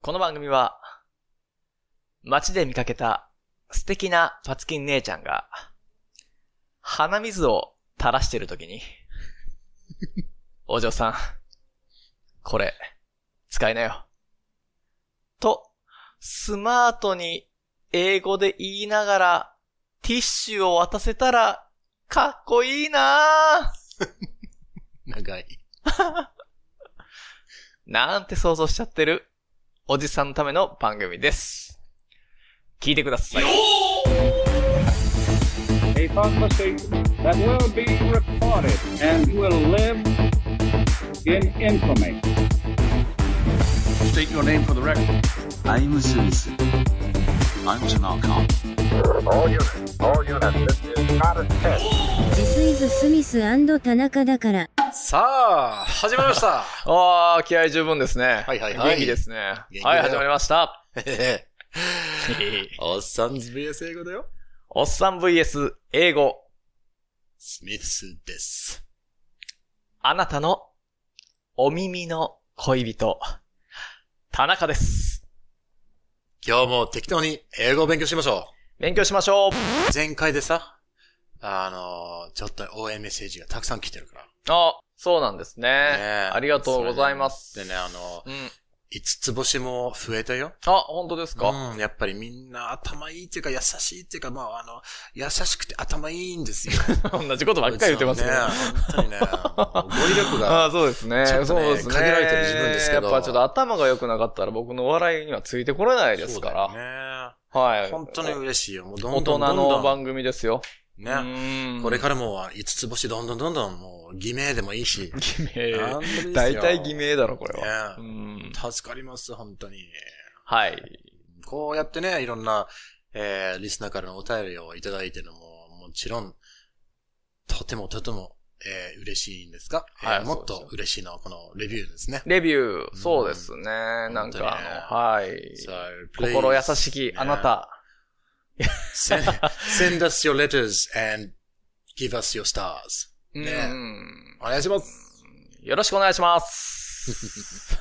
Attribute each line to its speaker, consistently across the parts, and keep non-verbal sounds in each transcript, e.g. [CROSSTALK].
Speaker 1: この番組は、街で見かけた素敵なパツキン姉ちゃんが、鼻水を垂らしてるときに、お嬢さん、これ、使いなよ。と、スマートに英語で言いながら、ティッシュを渡せたら、かっこいいなぁ。
Speaker 2: 長い。
Speaker 1: [LAUGHS] なんて想像しちゃってる、おじさんのための番組です。聞いてください。
Speaker 3: a conversation that will be recorded and will live in infamy.
Speaker 2: State your name for the record.
Speaker 4: I'm Smith. I'm Jamal Khan.
Speaker 5: All units, all units, this is not a test.
Speaker 6: ジスイズ・スミス田中だから。
Speaker 2: さあ、始まり
Speaker 1: [LAUGHS]
Speaker 2: ました。
Speaker 1: ああ、気合十分ですね。
Speaker 2: はいはいはい
Speaker 1: 元気ですね。
Speaker 2: 元気だ
Speaker 1: は
Speaker 2: よ
Speaker 1: い、始まりま
Speaker 2: [LAUGHS]
Speaker 1: した。
Speaker 2: おっさんズ VS 英語だよ。
Speaker 1: おっさん VS 英語、
Speaker 2: スミスです。
Speaker 1: あなたのお耳の恋人、田中です。
Speaker 2: 今日も適当に英語を勉強しましょ
Speaker 1: 勉強しましょう。
Speaker 2: う。前回でさ、あのー、ちょっと応援メッセージがたくさん来てるか
Speaker 1: あ、そうなんですね。
Speaker 2: ら。ねえ
Speaker 1: ありがとうございます。
Speaker 2: それでね、あのー、
Speaker 1: うん。
Speaker 2: 五つ星も増えたよ。
Speaker 1: あ、本当ですか、
Speaker 2: うん、やっぱりみんな頭いいっていうか優しいっていうか、まああの、優しくて頭いいんですよ。
Speaker 1: 同じこと [LAUGHS] ばっかり言ってますね。
Speaker 2: ね。本当にね、もう語彙力
Speaker 1: あ
Speaker 2: が
Speaker 1: [LAUGHS] あ、そうですね。
Speaker 2: ちょっと
Speaker 1: そう
Speaker 2: ね
Speaker 1: ですね。
Speaker 2: 限られてる自分ですけど
Speaker 1: やっぱちょっと頭が良くなかったら僕の笑いにはついてこれないですから。
Speaker 2: そうだよね。
Speaker 1: はい。
Speaker 2: 本当に嬉しいよ。もうど
Speaker 1: 大
Speaker 2: ん
Speaker 1: 人
Speaker 2: どんどんど
Speaker 1: の
Speaker 2: ん
Speaker 1: 番組ですよ。
Speaker 2: ね。
Speaker 1: うん
Speaker 2: これからも5つ星どんどんどんどんもう偽名でもいいし。
Speaker 1: 偽
Speaker 2: なん
Speaker 1: 名。
Speaker 2: でもいいですよ
Speaker 1: 大体偽。名だろ、これは。
Speaker 2: ね
Speaker 1: うん
Speaker 2: 助かります、本当に。
Speaker 1: はい。
Speaker 2: こうやってね、いろんな、えー、リスナーからのお便りをいただいてるのも、もちろん、とてもとても、えー、嬉しいんですが、えー
Speaker 1: はい
Speaker 2: も
Speaker 1: そ
Speaker 2: っ
Speaker 1: うですよ
Speaker 2: と嬉しいのはこのレビューですね。
Speaker 1: レビュー、そうですね。なん
Speaker 2: 本当にね
Speaker 1: かあの、はい。
Speaker 2: So, please,
Speaker 1: 心優しき
Speaker 2: ね [LAUGHS]
Speaker 1: あな。た。
Speaker 2: send, send us your letters and give us your stars. ね
Speaker 1: うん
Speaker 2: お願いします。
Speaker 1: よろしくお願いし
Speaker 2: [LAUGHS]
Speaker 1: ます。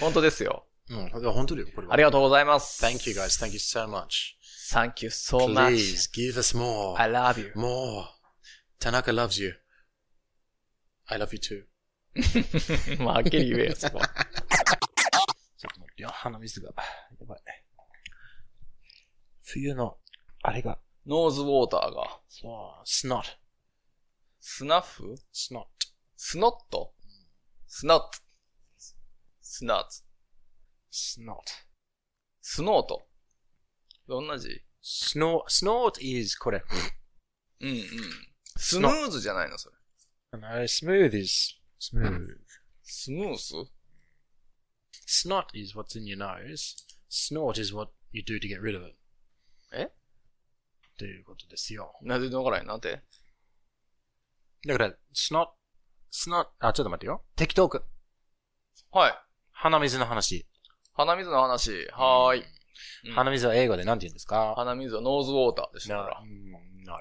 Speaker 1: 本当ですよ。
Speaker 2: うん、本当だよ、これは。
Speaker 1: ありがとうございます。
Speaker 2: Thank you guys. Thank you so much.
Speaker 1: Thank you so much.
Speaker 2: Please give us more.
Speaker 1: I love you.
Speaker 2: More. Tanaka loves you. I love you too.
Speaker 1: まあ、はっきり言えよ、そ
Speaker 2: [LAUGHS]
Speaker 1: こは。
Speaker 2: ちょっと待ってよ。鼻水が。やばい。冬の、あれが。
Speaker 1: ノーズウォーターが。
Speaker 2: そう、snot.
Speaker 1: スナフ
Speaker 2: snot.
Speaker 1: スノットスノットスノット
Speaker 2: snot.
Speaker 1: スノート。どんな字
Speaker 2: snort, snort is これ。
Speaker 1: うんうん。スヌーズじゃないのそれ。
Speaker 2: And, uh, smooth is smooth.
Speaker 1: スムース
Speaker 2: snot is what's in your nose. snort is what you do to get rid of it.
Speaker 1: え
Speaker 2: ということですよ。
Speaker 1: なぜだからんなんて
Speaker 2: だから、snot, snot, あ、ちょっと待ってよ。適当く。
Speaker 1: はい。
Speaker 2: 鼻水の話。
Speaker 1: 鼻水の話。はーい。うん
Speaker 2: 鼻水は英語で何て言うんですか
Speaker 1: 鼻水はノーズウォーターでしたから。
Speaker 2: no.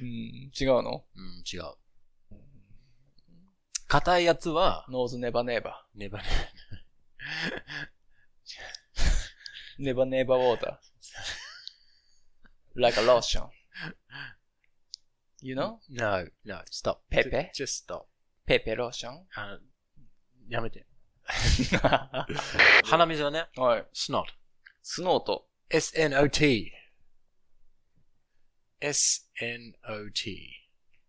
Speaker 1: うん、違うの
Speaker 2: うん、違う。硬いやつは、
Speaker 1: ノーズネバネバ。
Speaker 2: ネバネ
Speaker 1: ネバネバウォーター。like [LAUGHS] a lotion. You know?
Speaker 2: No, no, Uh, stop.
Speaker 1: ペペ
Speaker 2: Ju- Just stop.
Speaker 1: ペペローショ [LAUGHS] ン
Speaker 2: あのやめて。鼻水はね、
Speaker 1: はい。
Speaker 2: snot.
Speaker 1: スノート。
Speaker 2: snot. snot.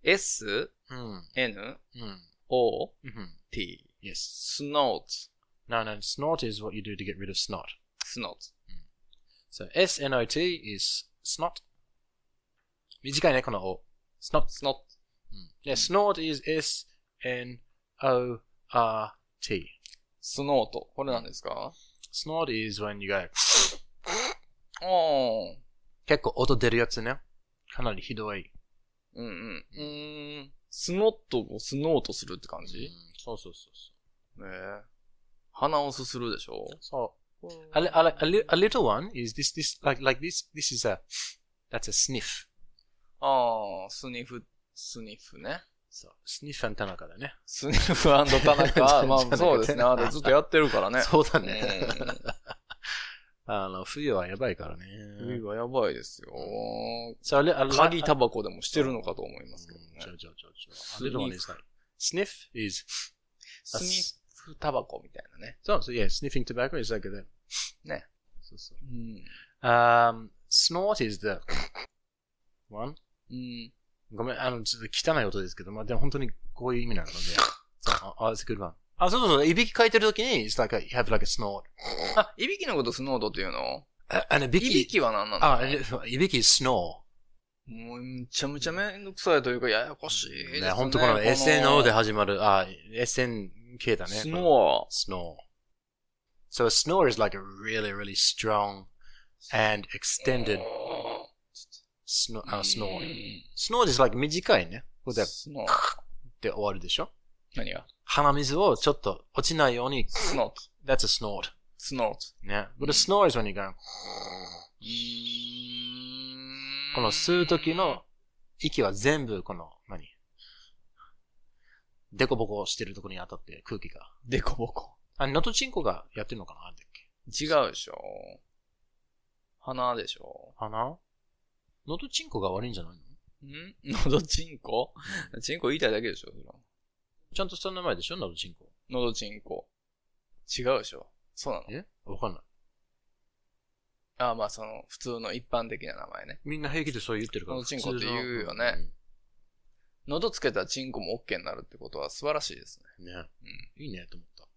Speaker 1: S,
Speaker 2: うん。
Speaker 1: N,
Speaker 2: うん。
Speaker 1: O,
Speaker 2: うん。
Speaker 1: T.
Speaker 2: Yes.
Speaker 1: Snort.
Speaker 2: No, no, snort is what you do to get rid of snot.
Speaker 1: Snort.
Speaker 2: So, snot is snot. 短いね、この O. snot.
Speaker 1: Snot.
Speaker 2: Yeah, snort is S N O R T.
Speaker 1: スノート。これなんですか
Speaker 2: Snort is when you go
Speaker 1: おー。
Speaker 2: 結構音出るやつね。かなりひどい。
Speaker 1: うんうん。うーん。スノットをスノートするって感じ、
Speaker 2: そうそうそうそう。
Speaker 1: ねえ。鼻をすするでしょ
Speaker 2: そう a, li- a, li- a, li- a little one is this this like like this this is a that's a sniff.
Speaker 1: ああ、スニフ、スニフね。
Speaker 7: そう。スニッファン田中だね。
Speaker 1: スニフ田中、ま
Speaker 7: [LAUGHS] じゃなくて
Speaker 1: あそうですね。あれずっとやってるからね。
Speaker 7: そうだ
Speaker 1: う
Speaker 7: ね。
Speaker 1: ん
Speaker 7: あの、冬はやばいからね。
Speaker 1: 冬はやばいですよ。
Speaker 7: それ、あれ
Speaker 1: 鍵タバコでもしてるのかと思いますけど
Speaker 7: うんち
Speaker 1: ね
Speaker 7: ょ。ちょちょちょ。あれのはね、sniff is,
Speaker 1: スニフタバコみたいなね。
Speaker 7: そう、そう、yeah, sniffing tobacco is like that.
Speaker 1: ね。
Speaker 7: そうそう。
Speaker 1: うん。
Speaker 7: Um, snort is the one.
Speaker 1: うん。
Speaker 7: ごめん、あの、ちょっと汚い音ですけど、まあ、でも本当にこういう意味なので。あ、あ、it's a good one. あ、そうそうそう、いびきかいてるときに、it's like a, you have like a snort.
Speaker 1: あ、いびきのことスノードっていうの
Speaker 7: Uh, and a
Speaker 1: い
Speaker 7: biki,
Speaker 1: びきは何なの
Speaker 7: あ、and- いびき is snore.
Speaker 1: もうめちゃめちゃめんどくさいというかややこしいですね。
Speaker 7: ね、本当この SNO で始まる、あ、SNK だね。
Speaker 1: スノ
Speaker 7: snore. So a snore is like a really, really strong and
Speaker 1: ー
Speaker 7: extended
Speaker 1: うん
Speaker 7: snore. Uh, snore. snore is like 短いね。ここで、
Speaker 1: スノー。
Speaker 7: で終わるでしょ
Speaker 1: 何が
Speaker 7: 鼻水をちょっと落ちないように、
Speaker 1: スノート。
Speaker 7: that's a snort.
Speaker 1: スノート。
Speaker 7: ね。But a snore is when you go,
Speaker 1: うーん
Speaker 7: この吸う時の息は全部この、何デコボコしてるところに当たって空気が。
Speaker 1: デコボコ。
Speaker 7: あ、ナトチンコがやってるのかなあれだっけ
Speaker 1: 違うでしょ。鼻でしょ。
Speaker 7: 鼻ノトチンコが悪いんじゃないの
Speaker 1: ん喉チンコチンコ言いたいだけでしょ、それは
Speaker 7: ちゃんとした名前でしょナトチンコ。
Speaker 1: 喉チンコ。違うでしょ。そうなの
Speaker 7: えわかんない。
Speaker 1: ああ、まあその、普通の一般的な名前ね。
Speaker 7: みんな平気でそう言ってるから。
Speaker 1: ノトチンコって言うよね喉つけたチンコも OK になるってことは素晴らしいですね。
Speaker 7: うん。ね。いいね、と思った。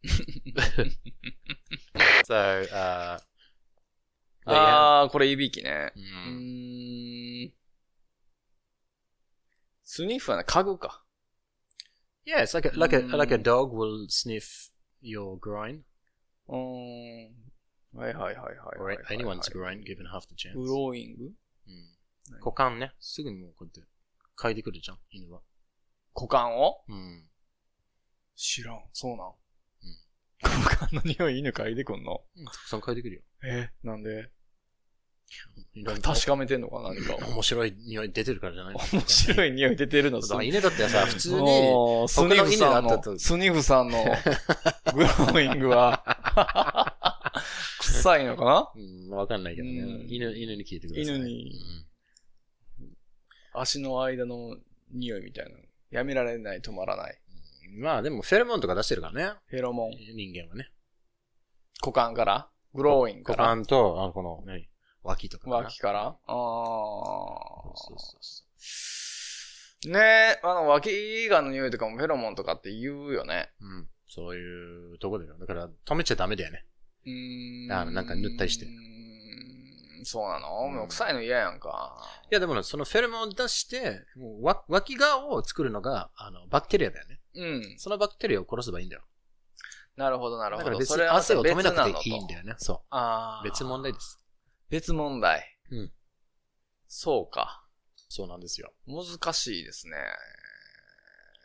Speaker 7: so, uh,
Speaker 1: ああ、これいびきね。
Speaker 7: う。
Speaker 1: うんーん。スニーフはね、家具か。
Speaker 7: Yeah, it's like a, like a,
Speaker 1: うん
Speaker 7: like a dog will sniff your groin
Speaker 1: うーん。はいはいはいはいは
Speaker 7: or
Speaker 1: いはい。
Speaker 7: anyone's groin given half the chance.
Speaker 1: ブローイング
Speaker 7: うん股間ね。すぐにもうこうやって嗅いでくるじゃん、犬は。
Speaker 1: 股間を
Speaker 7: うん。
Speaker 1: 知らん。そうなん。
Speaker 7: うん
Speaker 1: 股間の匂い犬嗅いでくんの
Speaker 7: たくさん嗅いでく [LAUGHS] るよ。
Speaker 1: え、なんで
Speaker 7: いろいろ
Speaker 1: 確かめてんのか何かを。
Speaker 7: 面白い匂い出てるからじゃない
Speaker 1: 面白
Speaker 7: い。
Speaker 1: い匂い出てるの
Speaker 7: だから犬だってさ、普通に、
Speaker 1: おースニフさん
Speaker 7: 他の犬だった
Speaker 1: の
Speaker 7: と、
Speaker 1: スニフさんのグローイングは、臭いのかな
Speaker 7: うん、わかんないけどね。
Speaker 1: うん
Speaker 7: 犬、犬に聞いてください。
Speaker 1: 犬に
Speaker 7: うん
Speaker 1: 足の間の匂いみたいなの。やめられない、止まらない。
Speaker 7: まあでも、フェロモンとか出してるからね。
Speaker 1: フェロモン。
Speaker 7: 人間はね。
Speaker 1: 股間からグローイング
Speaker 7: 股
Speaker 1: から
Speaker 7: 間と、あの、この、何脇とかかな。
Speaker 1: 脇からあ
Speaker 7: そうそ
Speaker 1: あ。
Speaker 7: うそうそ
Speaker 1: ねえ、あの、脇以外の匂いとかもフェロモンとかって言うよね。
Speaker 7: う。うん。そういうとこだよ。だから、止めちゃダメだよね。
Speaker 1: うーん。
Speaker 7: あのなんか塗ったりして
Speaker 1: うーん。そうなの、
Speaker 7: うん
Speaker 1: もう臭いの嫌やんか。
Speaker 7: いやでもね、そのフェロモンを出して、もうわ脇側を作るのが、あの、バクテリアだよね。
Speaker 1: うん。
Speaker 7: そのバクテリアを殺せばいいんだよ。
Speaker 1: なるほど、なるほ
Speaker 7: だから
Speaker 1: ど。
Speaker 7: 別
Speaker 1: そ
Speaker 7: に
Speaker 1: れは
Speaker 7: 汗を止めなくて
Speaker 1: 別な
Speaker 7: いいんだ
Speaker 1: のと
Speaker 7: よね。そ
Speaker 1: あ
Speaker 7: う。
Speaker 1: あ。
Speaker 7: 別問題で。す。
Speaker 1: 別問題。
Speaker 7: うん。
Speaker 1: そうか。
Speaker 7: そうなんですよ。
Speaker 1: 難しいですね。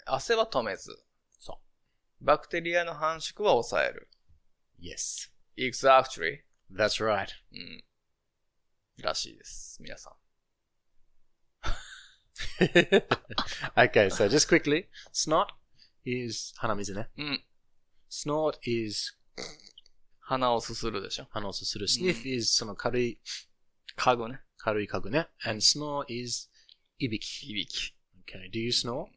Speaker 1: 汗は止めず。
Speaker 7: そ
Speaker 1: バクテリアの繁殖は抑える。
Speaker 7: う。Yes.
Speaker 1: Exactly.
Speaker 7: That's right.
Speaker 1: うん。らしいです。皆さん。
Speaker 7: okay, so just quickly, snot is 鼻水ね。
Speaker 1: うん。
Speaker 7: snort is
Speaker 1: 鼻をすするでしょ。
Speaker 7: 鼻をすする。
Speaker 1: う
Speaker 7: sniff
Speaker 1: ん
Speaker 7: is その軽い、
Speaker 1: 家具ね。
Speaker 7: 軽い家具ね。and snore is いびき。
Speaker 1: 響き。
Speaker 7: Okay, do you snore?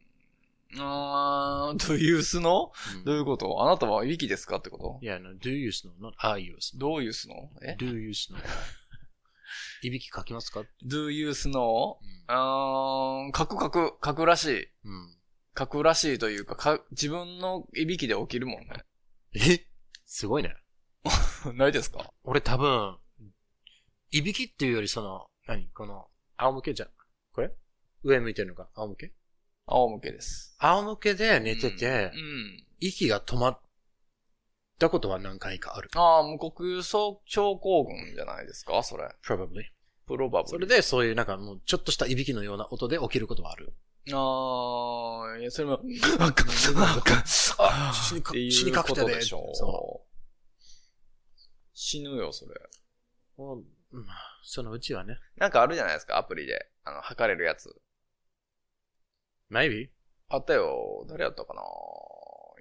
Speaker 1: あー、というすのどういうことあなたはいびきですかってこと
Speaker 7: Yeah, no, do you snore, not are you snore.
Speaker 1: どういうすのえ
Speaker 7: Do you [LAUGHS] snore? いびきかきますか
Speaker 1: ?do you snow?
Speaker 7: う
Speaker 1: あー、書く書く、書くらしい。
Speaker 7: ん。うん、
Speaker 1: 書くらしいというか、か自分のいびきで起きるもんね。 [LAUGHS]
Speaker 7: えすごいね。
Speaker 1: ないですか
Speaker 7: 俺多分、いびきっていうよりその、何この、仰向けじゃん。これ上向いてるのか仰向け
Speaker 1: 仰向けです。
Speaker 7: 仰向けで寝てて、
Speaker 1: うん。うん
Speaker 7: 息が止まったことは何回かある。
Speaker 1: あー、無呼吸症候群じゃないですかそれ。
Speaker 7: probably.
Speaker 1: プロバブ
Speaker 7: それでそういうなんかもうちょっとしたいびきのような音で起きることはある。
Speaker 1: ああ、いや、
Speaker 7: [LAUGHS]
Speaker 1: それも、あかん、あかん、あ
Speaker 7: 死にか
Speaker 1: っていう
Speaker 7: 死にかけてね
Speaker 1: ことでしょ。
Speaker 7: そう
Speaker 1: 死ぬよ、それ。
Speaker 7: うんそのうちはね。
Speaker 1: なんかあるじゃないですか、アプリで。あの、測れるやつ。
Speaker 7: maybe.
Speaker 1: あったよ。誰やったかな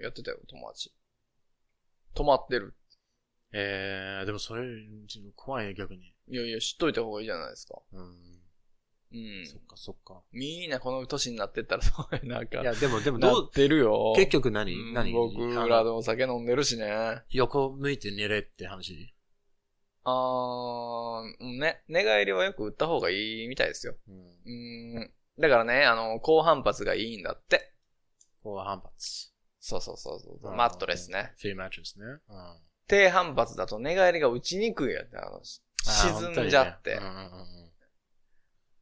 Speaker 1: やってたよ、友達。止まってる。
Speaker 7: えー、でもそれ、ちょっと怖いね、逆に。
Speaker 1: いやいや、知っといた方がいいじゃないですか。
Speaker 7: うん。
Speaker 1: うん。
Speaker 7: そっかそっか。
Speaker 1: みんなこの年になってったら、 [LAUGHS] そういうなんか、
Speaker 7: いや、でも、でも、
Speaker 1: な
Speaker 7: ど
Speaker 1: っ
Speaker 7: う、
Speaker 1: てるよ。
Speaker 7: 結局何、
Speaker 1: うん
Speaker 7: 何
Speaker 1: 僕
Speaker 7: あ
Speaker 1: ら
Speaker 7: の
Speaker 1: でお酒飲んでるしね。
Speaker 7: 横向いて寝れって話。
Speaker 1: あー、ね、寝返りはよく打った方がいいみたいですよ。
Speaker 7: うん。
Speaker 1: うーん。だからね、あの、高反発がいいんだって。
Speaker 7: こう反発。
Speaker 1: そうそうそうそう。
Speaker 7: うん
Speaker 1: マットレスね。。
Speaker 7: フリーマットレスね。うん。
Speaker 1: 低反発だと寝返りが打ちにくいやって、あの、沈んじゃって。
Speaker 7: あー本当にねうんうんうんうん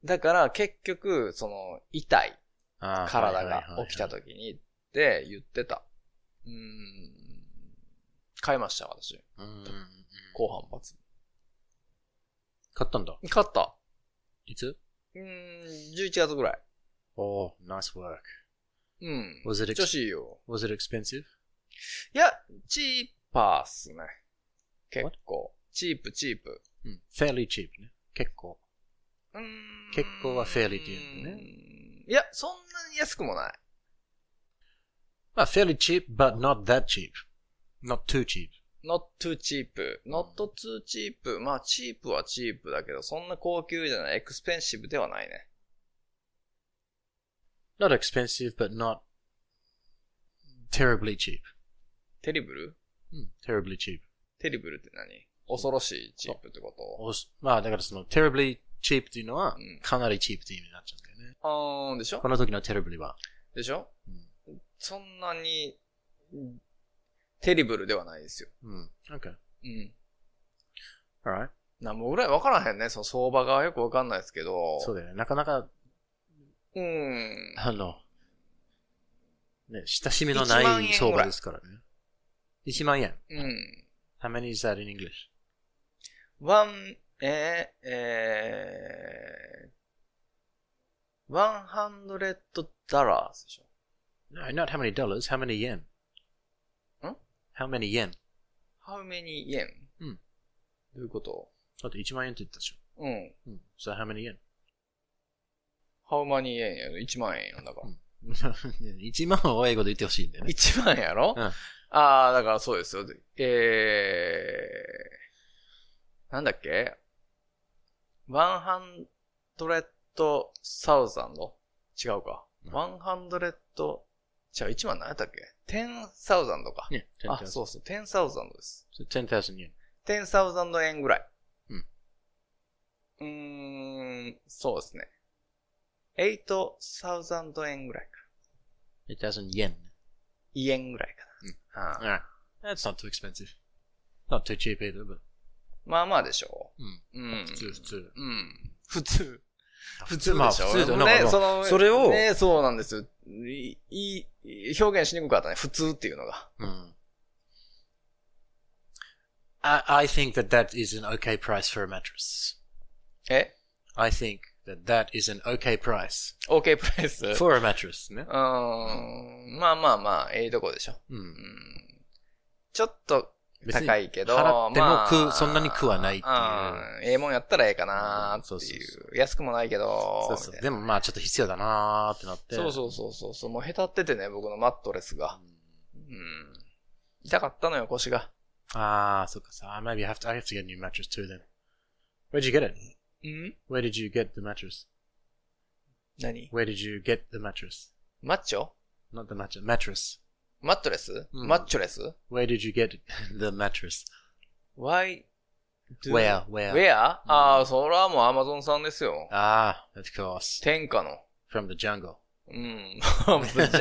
Speaker 1: だから結局、その、痛い
Speaker 7: あー
Speaker 1: 体
Speaker 7: はいはいはいは
Speaker 1: が
Speaker 7: い
Speaker 1: 起きた時にって言ってた。うーん。買いました、私。
Speaker 7: うんうんうん。
Speaker 1: 高反発。
Speaker 7: 買ったんだ。
Speaker 1: 買った。
Speaker 7: いつ
Speaker 1: うーん、11月ぐらい。
Speaker 7: おー、nice work.
Speaker 1: うん。
Speaker 7: Was it,
Speaker 1: 女
Speaker 7: ex-
Speaker 1: 子いいよ。
Speaker 7: was it expensive?
Speaker 1: いや、チーパーっすね。結構。チープ、チープ。
Speaker 7: うん。fairly cheap ね。結構。
Speaker 1: うーん
Speaker 7: 結構はフェアリーっていうんだよね。
Speaker 1: いや、そんなに安くもない。
Speaker 7: まあ、fairly Ah, cheap, but not that cheap. Not too cheap.
Speaker 1: not too cheap, not too cheap. まあ、チープはチープだけど、そんな高級じゃない、エクスペンシブではないね。
Speaker 7: Not expensive, but not terribly cheap.
Speaker 1: テリブル
Speaker 7: うん。terribly Hmm, cheap.
Speaker 1: テリブルって何恐ろしいチープってこ
Speaker 7: おしまあ、だからその、terribly cheap っていうのは
Speaker 1: うん、
Speaker 7: かなり cheap っていう意味になっちゃうんだよね。
Speaker 1: とあーん、でしょ
Speaker 7: この時の terribly は。
Speaker 1: でしょ
Speaker 7: うん
Speaker 1: そんなに、うんテリブルではないですよ。
Speaker 7: うん。Okay. Hmm,
Speaker 1: うん。
Speaker 7: Alright.
Speaker 1: なんもぐらいわからへんね。その相場がよくわかんないですけど。
Speaker 7: そうだよね。なかなか、
Speaker 1: うーん。
Speaker 7: あの、ね、親しみのな
Speaker 1: 1万円ぐ
Speaker 7: い
Speaker 1: らい
Speaker 7: 相場ですからね。1万円。
Speaker 1: うん。
Speaker 7: How many is that in English?
Speaker 1: [LAUGHS] ワン、えー、えー、ワンハンドレッドダラーでしょ。
Speaker 7: No, not how many dollars, how many yen?
Speaker 1: ん
Speaker 7: ?How many yen?
Speaker 1: How many yen?
Speaker 7: うん。
Speaker 1: どういうこと
Speaker 7: だって1万円って言ったでしょ。
Speaker 1: うん。
Speaker 7: うん。So Hmm, how many yen? [LAUGHS]
Speaker 1: How many yen やの ?1 万円やんだから。
Speaker 7: 1万を英語で言ってほしいん
Speaker 1: [LAUGHS]
Speaker 7: だよね。
Speaker 1: 1万円やろ
Speaker 7: うん
Speaker 1: ああ、だからそうですよ。えー、なんだっけ ?100,000 サウザンド違うか。
Speaker 7: うん
Speaker 1: 100、違う、1万何やったっけ ?10,000 サウザンドか。
Speaker 7: ね、
Speaker 1: あ、
Speaker 7: 10,000
Speaker 1: そうそう、10,000サウザンドです。
Speaker 7: Ah, So 10,000 yen.
Speaker 1: 10,000サウザンド円ぐらい。
Speaker 7: うん。
Speaker 1: うーん、そうですね。8,000サウザンド円ぐらいか。
Speaker 7: 8,000 yen.
Speaker 1: イエンぐらいかな。うん
Speaker 7: Alright. That's not too expensive. Not too cheap either, but.
Speaker 1: まあまあでしょ
Speaker 7: うん。
Speaker 1: う。うん。
Speaker 7: 普通、普。通。
Speaker 1: うん。普通。
Speaker 7: 普
Speaker 1: 普通
Speaker 7: まあ
Speaker 1: でしょ
Speaker 7: 普通だよ
Speaker 1: ね
Speaker 7: なんかまあ
Speaker 1: その、
Speaker 7: それを
Speaker 1: ね、そうなんですよ。いい、いい表現しにくかったね。普通っていうのが。
Speaker 7: うん。I, I think that that is an okay price for a mattress.
Speaker 1: え
Speaker 7: I think that that is an okay price
Speaker 1: ?OK プライス。う
Speaker 7: for a mattress ね。
Speaker 1: ーん。まあまあまあ、ええとこでしょ。
Speaker 7: う。
Speaker 1: うんん。ちょっと高いけど、
Speaker 7: 別に払っても
Speaker 1: まあ
Speaker 7: 食うそんなに食わないっていう
Speaker 1: うんええもんやったらええかなー
Speaker 7: そう
Speaker 1: って
Speaker 7: そう
Speaker 1: い。
Speaker 7: そう
Speaker 1: 安くもないけど、
Speaker 7: そうそ
Speaker 1: み。
Speaker 7: う
Speaker 1: たい
Speaker 7: でもまあちょっと必要だなーってなって。
Speaker 1: なそうそうそうそう。もうへたっててね、僕のマットレスが。うん。痛かったのよ、腰が。
Speaker 7: Ah, so, so I maybe have to. I have to get a new mattress too. Then, where'd you get it?
Speaker 1: ん
Speaker 7: Where did you get the mattress?
Speaker 1: 何
Speaker 7: Where did you get the mattress?
Speaker 1: マッチョ
Speaker 7: Not the mattress. Mattress.
Speaker 1: マットレス、
Speaker 7: うん
Speaker 1: マッチョレス
Speaker 7: Where did you get [LAUGHS] the mattress?
Speaker 1: ?why? do-
Speaker 7: Where? Where?
Speaker 1: where? ああ、それはもうアマゾンさんですよ。
Speaker 7: Ah, of course.
Speaker 1: 天下の。
Speaker 7: From the jungle.
Speaker 1: うん。ジャンゴ。えてけてけてけてけてけて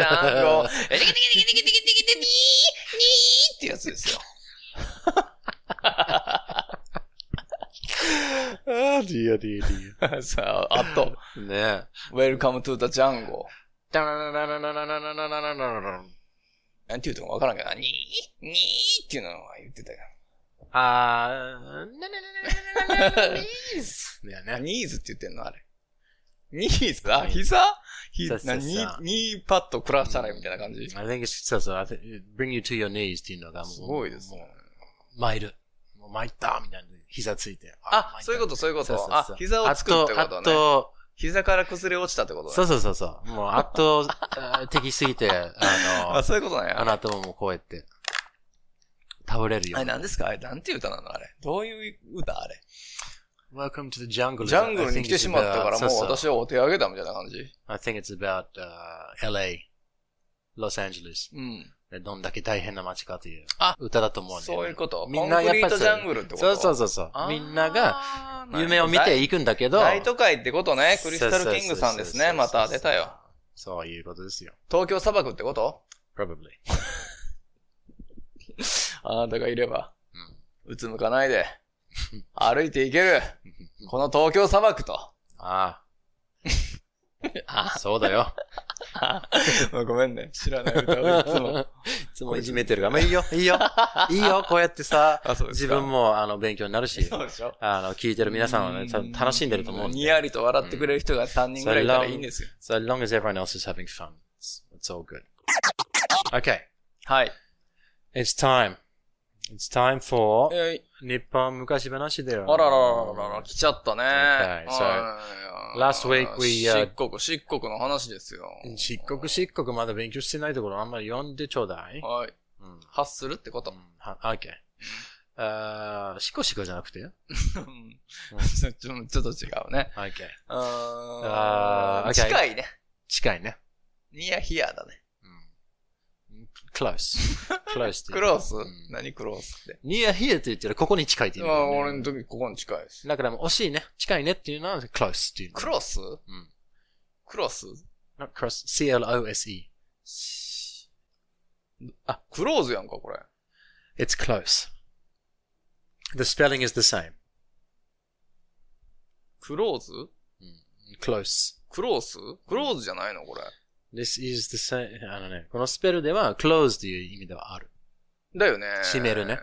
Speaker 1: けてにーにーってやつですよ。
Speaker 7: Ah, dear, dear, dear.
Speaker 1: さあ、あと、
Speaker 7: yeah.
Speaker 1: Welcome to the Jungle。
Speaker 7: Ah,
Speaker 1: なんて言うとかわからんけどな、にーにーっていうのは言ってたよ。
Speaker 7: yeah,
Speaker 1: あ
Speaker 7: nah.
Speaker 1: ニーズって言ってんのあれ。ニーズあ、膝ひ
Speaker 7: そうそうそ
Speaker 1: な
Speaker 7: う
Speaker 1: ニーニーパッドクラッシャーみたいな感じ。
Speaker 7: I think it's so. So I think bring you to your knees. Do you know that?
Speaker 1: すごいですね。
Speaker 7: 参る。もう参ったみたいな。膝ついて。
Speaker 1: あ、
Speaker 7: 参った
Speaker 1: そういうこと、そういうこと。
Speaker 7: そうそうそう
Speaker 1: あ、膝をつくってことね。
Speaker 7: あと、あと
Speaker 1: 膝から崩れ落ちたってことだ。
Speaker 7: そうそうそうそう。もう圧倒的すぎ
Speaker 1: [LAUGHS]
Speaker 7: て、
Speaker 1: あ、
Speaker 7: あ
Speaker 1: そういうことなん
Speaker 7: の、あ
Speaker 1: や。
Speaker 7: の頭もこうやって、倒れるよ
Speaker 1: あれ。何ですかあれ、なんていう歌なのあれ。どういう歌あれ。
Speaker 7: Welcome to the jungle.
Speaker 1: ジャングルに来てしまったから、もう
Speaker 7: そうそう
Speaker 1: 私はお手上げだみたいな感じ。
Speaker 7: I think it's about、uh, LA, Los Angeles.
Speaker 1: うん。
Speaker 7: どんだけ大変な街かという
Speaker 1: あ
Speaker 7: 歌だと思うんだよね
Speaker 1: そういうこと。
Speaker 7: みんなやっぱり
Speaker 1: コンクリートジャングルってこと
Speaker 7: そうそ
Speaker 1: そ
Speaker 7: うそうそう
Speaker 1: あ。ー
Speaker 7: みんなが夢を見ていくんだけど。
Speaker 1: 大都会ってことね。クリスタルキングさんですね。また出たよ。。
Speaker 7: そういうことですよ。
Speaker 1: 東京砂漠ってこと
Speaker 7: probably.
Speaker 1: あなたがいれば
Speaker 7: うん、
Speaker 1: うつむかないで、歩いていける、この東京砂漠と。 [LAUGHS]
Speaker 7: あ
Speaker 1: あ
Speaker 7: あ、そうだよ。
Speaker 1: ごめんね。知らない歌をいつも。
Speaker 7: いつもいじめてるから。まあいいよ、いいよ。いいよ、こうやって
Speaker 1: [LAUGHS]
Speaker 7: さ、
Speaker 1: あ、そうです
Speaker 7: 自
Speaker 1: か
Speaker 7: 分もあの勉強になるし、
Speaker 1: そうでしょ
Speaker 7: あの、聞いてる皆さんはね、多分楽しんでると思うんで。
Speaker 1: にやりと笑ってくれる人が3人ぐらいいたらいいんですよ。
Speaker 7: So long as everyone else is having fun, it's, it's all good. Okay,
Speaker 1: はい。
Speaker 7: it's time. It's time for
Speaker 1: えい
Speaker 7: 日本昔話だよ。
Speaker 1: あらららららら、来ちゃったね。
Speaker 7: Okay, so,
Speaker 1: はい
Speaker 7: last week
Speaker 1: 漆
Speaker 7: we, uh,
Speaker 1: 黒、漆黒の話ですよ。
Speaker 7: 漆黒漆黒まだ勉強してないところあんまり読んでちょうだい。
Speaker 1: はい。
Speaker 7: うん。
Speaker 1: 発するってこと。
Speaker 7: は、OK。あー、しこしこじゃなくて ?OK。
Speaker 1: うん [LAUGHS] ちょちょちょっと違うね。
Speaker 7: あー okay
Speaker 1: 近いね。
Speaker 7: 近いね。
Speaker 1: ニアヒアだね。
Speaker 7: うん。close. close って
Speaker 1: ク
Speaker 7: 言う
Speaker 1: ロース
Speaker 7: うん
Speaker 1: 何クロースって。
Speaker 7: near here って言ったらここに近いって言う
Speaker 1: ま
Speaker 7: んだ
Speaker 1: あ、
Speaker 7: よね
Speaker 1: 俺の時ここに近いです。
Speaker 7: だからもう惜しいね。近いねっていうのは close っていうの。
Speaker 1: クロス
Speaker 7: うん。
Speaker 1: クロス
Speaker 7: not cross. C-L-O-S-E.
Speaker 1: あ、クローズやんか、これ。
Speaker 7: It's close. The spelling is the same.
Speaker 1: クローズ
Speaker 7: Close.
Speaker 1: クロースクローズじゃないのこれ。
Speaker 7: This is the same. あのね、このスペルでは close という意味ではある。
Speaker 1: だよね。
Speaker 7: 閉めるね。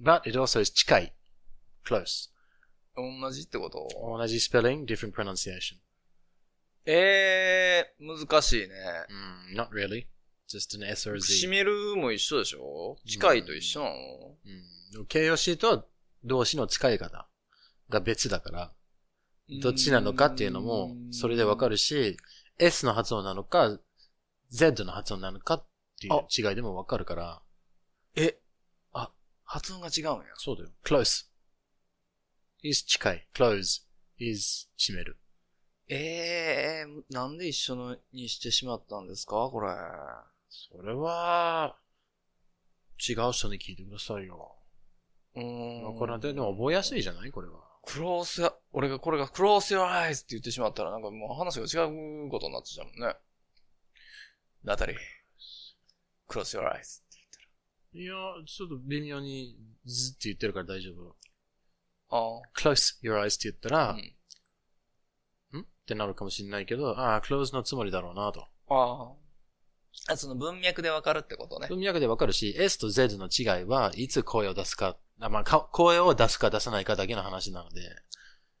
Speaker 7: But it also is 近い。close.
Speaker 1: うん。同じってこと
Speaker 7: 同じ spelling, different pronunciation.
Speaker 1: えー、難しいね。
Speaker 7: Mm, not really. Just an S or a
Speaker 1: 閉
Speaker 7: Z.
Speaker 1: めるも一緒でしょ近いと一緒なの、
Speaker 7: うん、形容詞と動詞の使い方が別だから、どっちなのかっていうのもそれでわか
Speaker 1: る。
Speaker 7: るし、S の発音なのか、Z の発音なのかっていう違いでもわかるから、
Speaker 1: え、あ、発音が違うんや。
Speaker 7: そうだよ。close is 近い。close is 閉める。
Speaker 1: えー、なんで一緒のにしてしまったんですかこれ。
Speaker 7: それは、違う人に聞いてくださいよ。
Speaker 1: うーん。
Speaker 7: これでも覚えやすいじゃないこれは。
Speaker 1: クロースや、俺がこれがクロース your eyes って言ってしまったらなんかもう話が違うことになっちゃうもんね。ナタリー。クロース your eyes。
Speaker 7: いや、ちょっと微妙にずって言ってるから大丈夫。
Speaker 1: あ
Speaker 7: close your eyes って言ったら、
Speaker 1: あ。うん。
Speaker 7: んってなるかもしれないけど、ああ、close のつもりだろうなと。
Speaker 1: ああ。あ、その文脈でわかるってことね。
Speaker 7: 文脈でわかるし、S と Z の違いはいつ声を出すか、あまあか、声を出すか出さないかだけの話なので、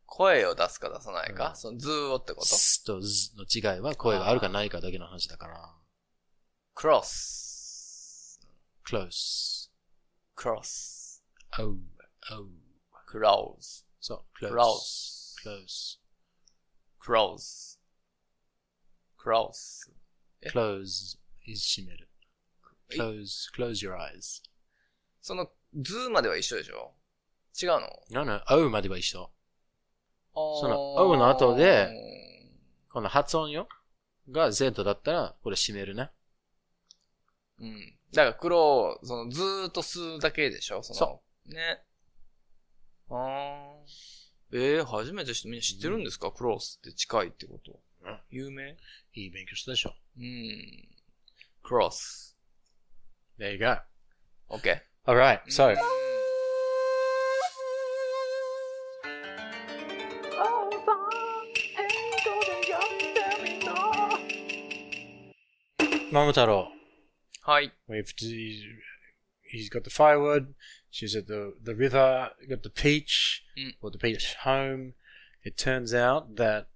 Speaker 1: 声を出すか出さないか、
Speaker 7: うん
Speaker 1: そのズーをってこと
Speaker 7: S と Z の違いは声があるかないかだけの話だから、
Speaker 1: クロス。
Speaker 7: close,
Speaker 1: クロス。
Speaker 7: oh, oh,
Speaker 1: クローズ。
Speaker 7: そう、
Speaker 1: ク
Speaker 7: close,
Speaker 1: ローズ。
Speaker 7: close,
Speaker 1: クローズ。クローズ。
Speaker 7: close is 閉める。
Speaker 1: え
Speaker 7: close, close your eyes.
Speaker 1: その、ズーまでは一緒でしょ違うの
Speaker 7: no, no, O までは一緒。
Speaker 1: そ
Speaker 7: の O の後で、この発音よが Z だったら、これ閉めるね。
Speaker 1: うん。だから黒を、その、ずーっと吸うだけでしょその、
Speaker 7: そ
Speaker 1: ね。あー。えー、初めて知って、みんな知ってるんですか、クロスって近いってこと。
Speaker 7: うん
Speaker 1: 有名
Speaker 7: いい勉強したでしょ。
Speaker 1: うん。クロス。
Speaker 7: There you go.
Speaker 1: オッケー。
Speaker 7: Alright, so. Momotaro,
Speaker 1: はい。
Speaker 7: we've he's got the firewood. She's at the the river. Got the peach.
Speaker 1: Mm.
Speaker 7: Brought the peach home. It turns out that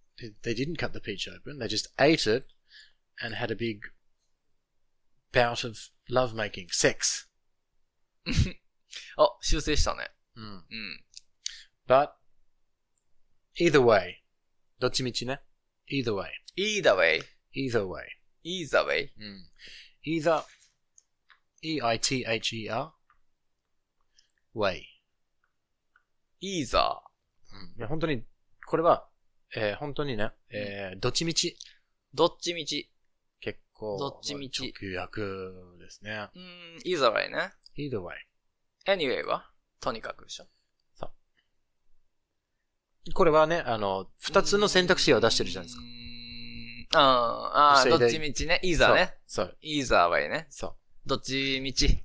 Speaker 7: they didn't cut the peach open. They just ate it and had a big bout of lovemaking, sex.
Speaker 1: あ、修正したね。
Speaker 7: Mm.
Speaker 1: うん。
Speaker 7: But either way, どっちみちね。either way.
Speaker 1: either way,
Speaker 7: either way.
Speaker 1: either way.
Speaker 7: either, E e-i-t-h-e-r, way.
Speaker 1: either.
Speaker 7: いや、本当に、これは、えー本当にね、えーどっちみち、
Speaker 1: どっちみち。
Speaker 7: 結構、
Speaker 1: どっちみち
Speaker 7: 直訳ですね。
Speaker 1: うーん、either way ね。
Speaker 7: either way.
Speaker 1: anyway はとにかくでしょ。
Speaker 7: これはね、あの、二つの選択肢を出してるじゃないです
Speaker 1: う
Speaker 7: か。
Speaker 1: ーん。あーあー、
Speaker 7: そ
Speaker 1: ど
Speaker 7: れ
Speaker 1: っち
Speaker 7: で
Speaker 1: みちね。either ね。
Speaker 7: そう。そう。
Speaker 1: either way ね。
Speaker 7: そう。
Speaker 1: どっちみち。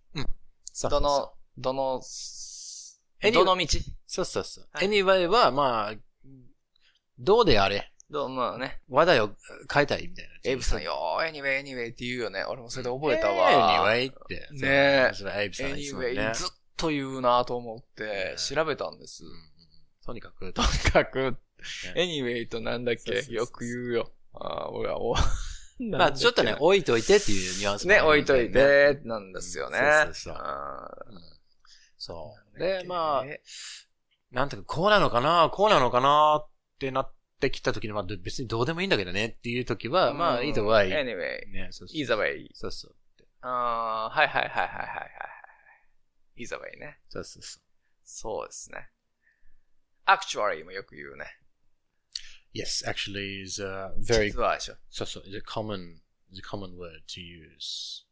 Speaker 7: そう
Speaker 1: どの、どの、
Speaker 7: Anyway
Speaker 1: どの道
Speaker 7: そうそうそう。
Speaker 1: はい
Speaker 7: anyway は、まあ、どうであれ、
Speaker 1: どうもね。
Speaker 7: 話題を変えたいみたいな。
Speaker 1: エイブさん
Speaker 7: よ。
Speaker 1: よー、anyway, anyway って言うよね。俺もそれで覚えたわ。
Speaker 7: anyway って。
Speaker 1: ねえ
Speaker 7: それはエイブさんですもん
Speaker 1: anyway,
Speaker 7: ね。
Speaker 1: ずっと言うなと思って
Speaker 7: ね、
Speaker 1: 調べたんです。
Speaker 7: とにかく、
Speaker 1: とにかく、anyway となんだっ
Speaker 7: そうそうそう
Speaker 1: け
Speaker 7: そう
Speaker 1: よく言うよ。ああ、俺はもう。
Speaker 7: まあ、ちょっと [LAUGHS] ね、置いといてっていうニュアンスもあ
Speaker 1: ね、
Speaker 7: るの
Speaker 1: 置
Speaker 7: で
Speaker 1: いとい。て、なんですよね。
Speaker 7: うんそうそうそう
Speaker 1: あ
Speaker 7: そう。
Speaker 1: ーなんだっ
Speaker 7: で
Speaker 1: け、
Speaker 7: まあ、なんていうか、こうなのかな、こうなのかなってなってきたときに、まあ、別にどうでもいいんだけどねっていうときは、まあ、either way。
Speaker 1: anyway,
Speaker 7: ね、そうそう。
Speaker 1: either way.
Speaker 7: そうそう。
Speaker 1: ああ、はいはいはいはいはいはい。either way ね。
Speaker 7: そうそうそう。
Speaker 1: そうですね。actually もよく言うね。
Speaker 7: Yes, actually is a very,
Speaker 1: 実はでしょ。
Speaker 7: そうそう、is a common, is a common word to use.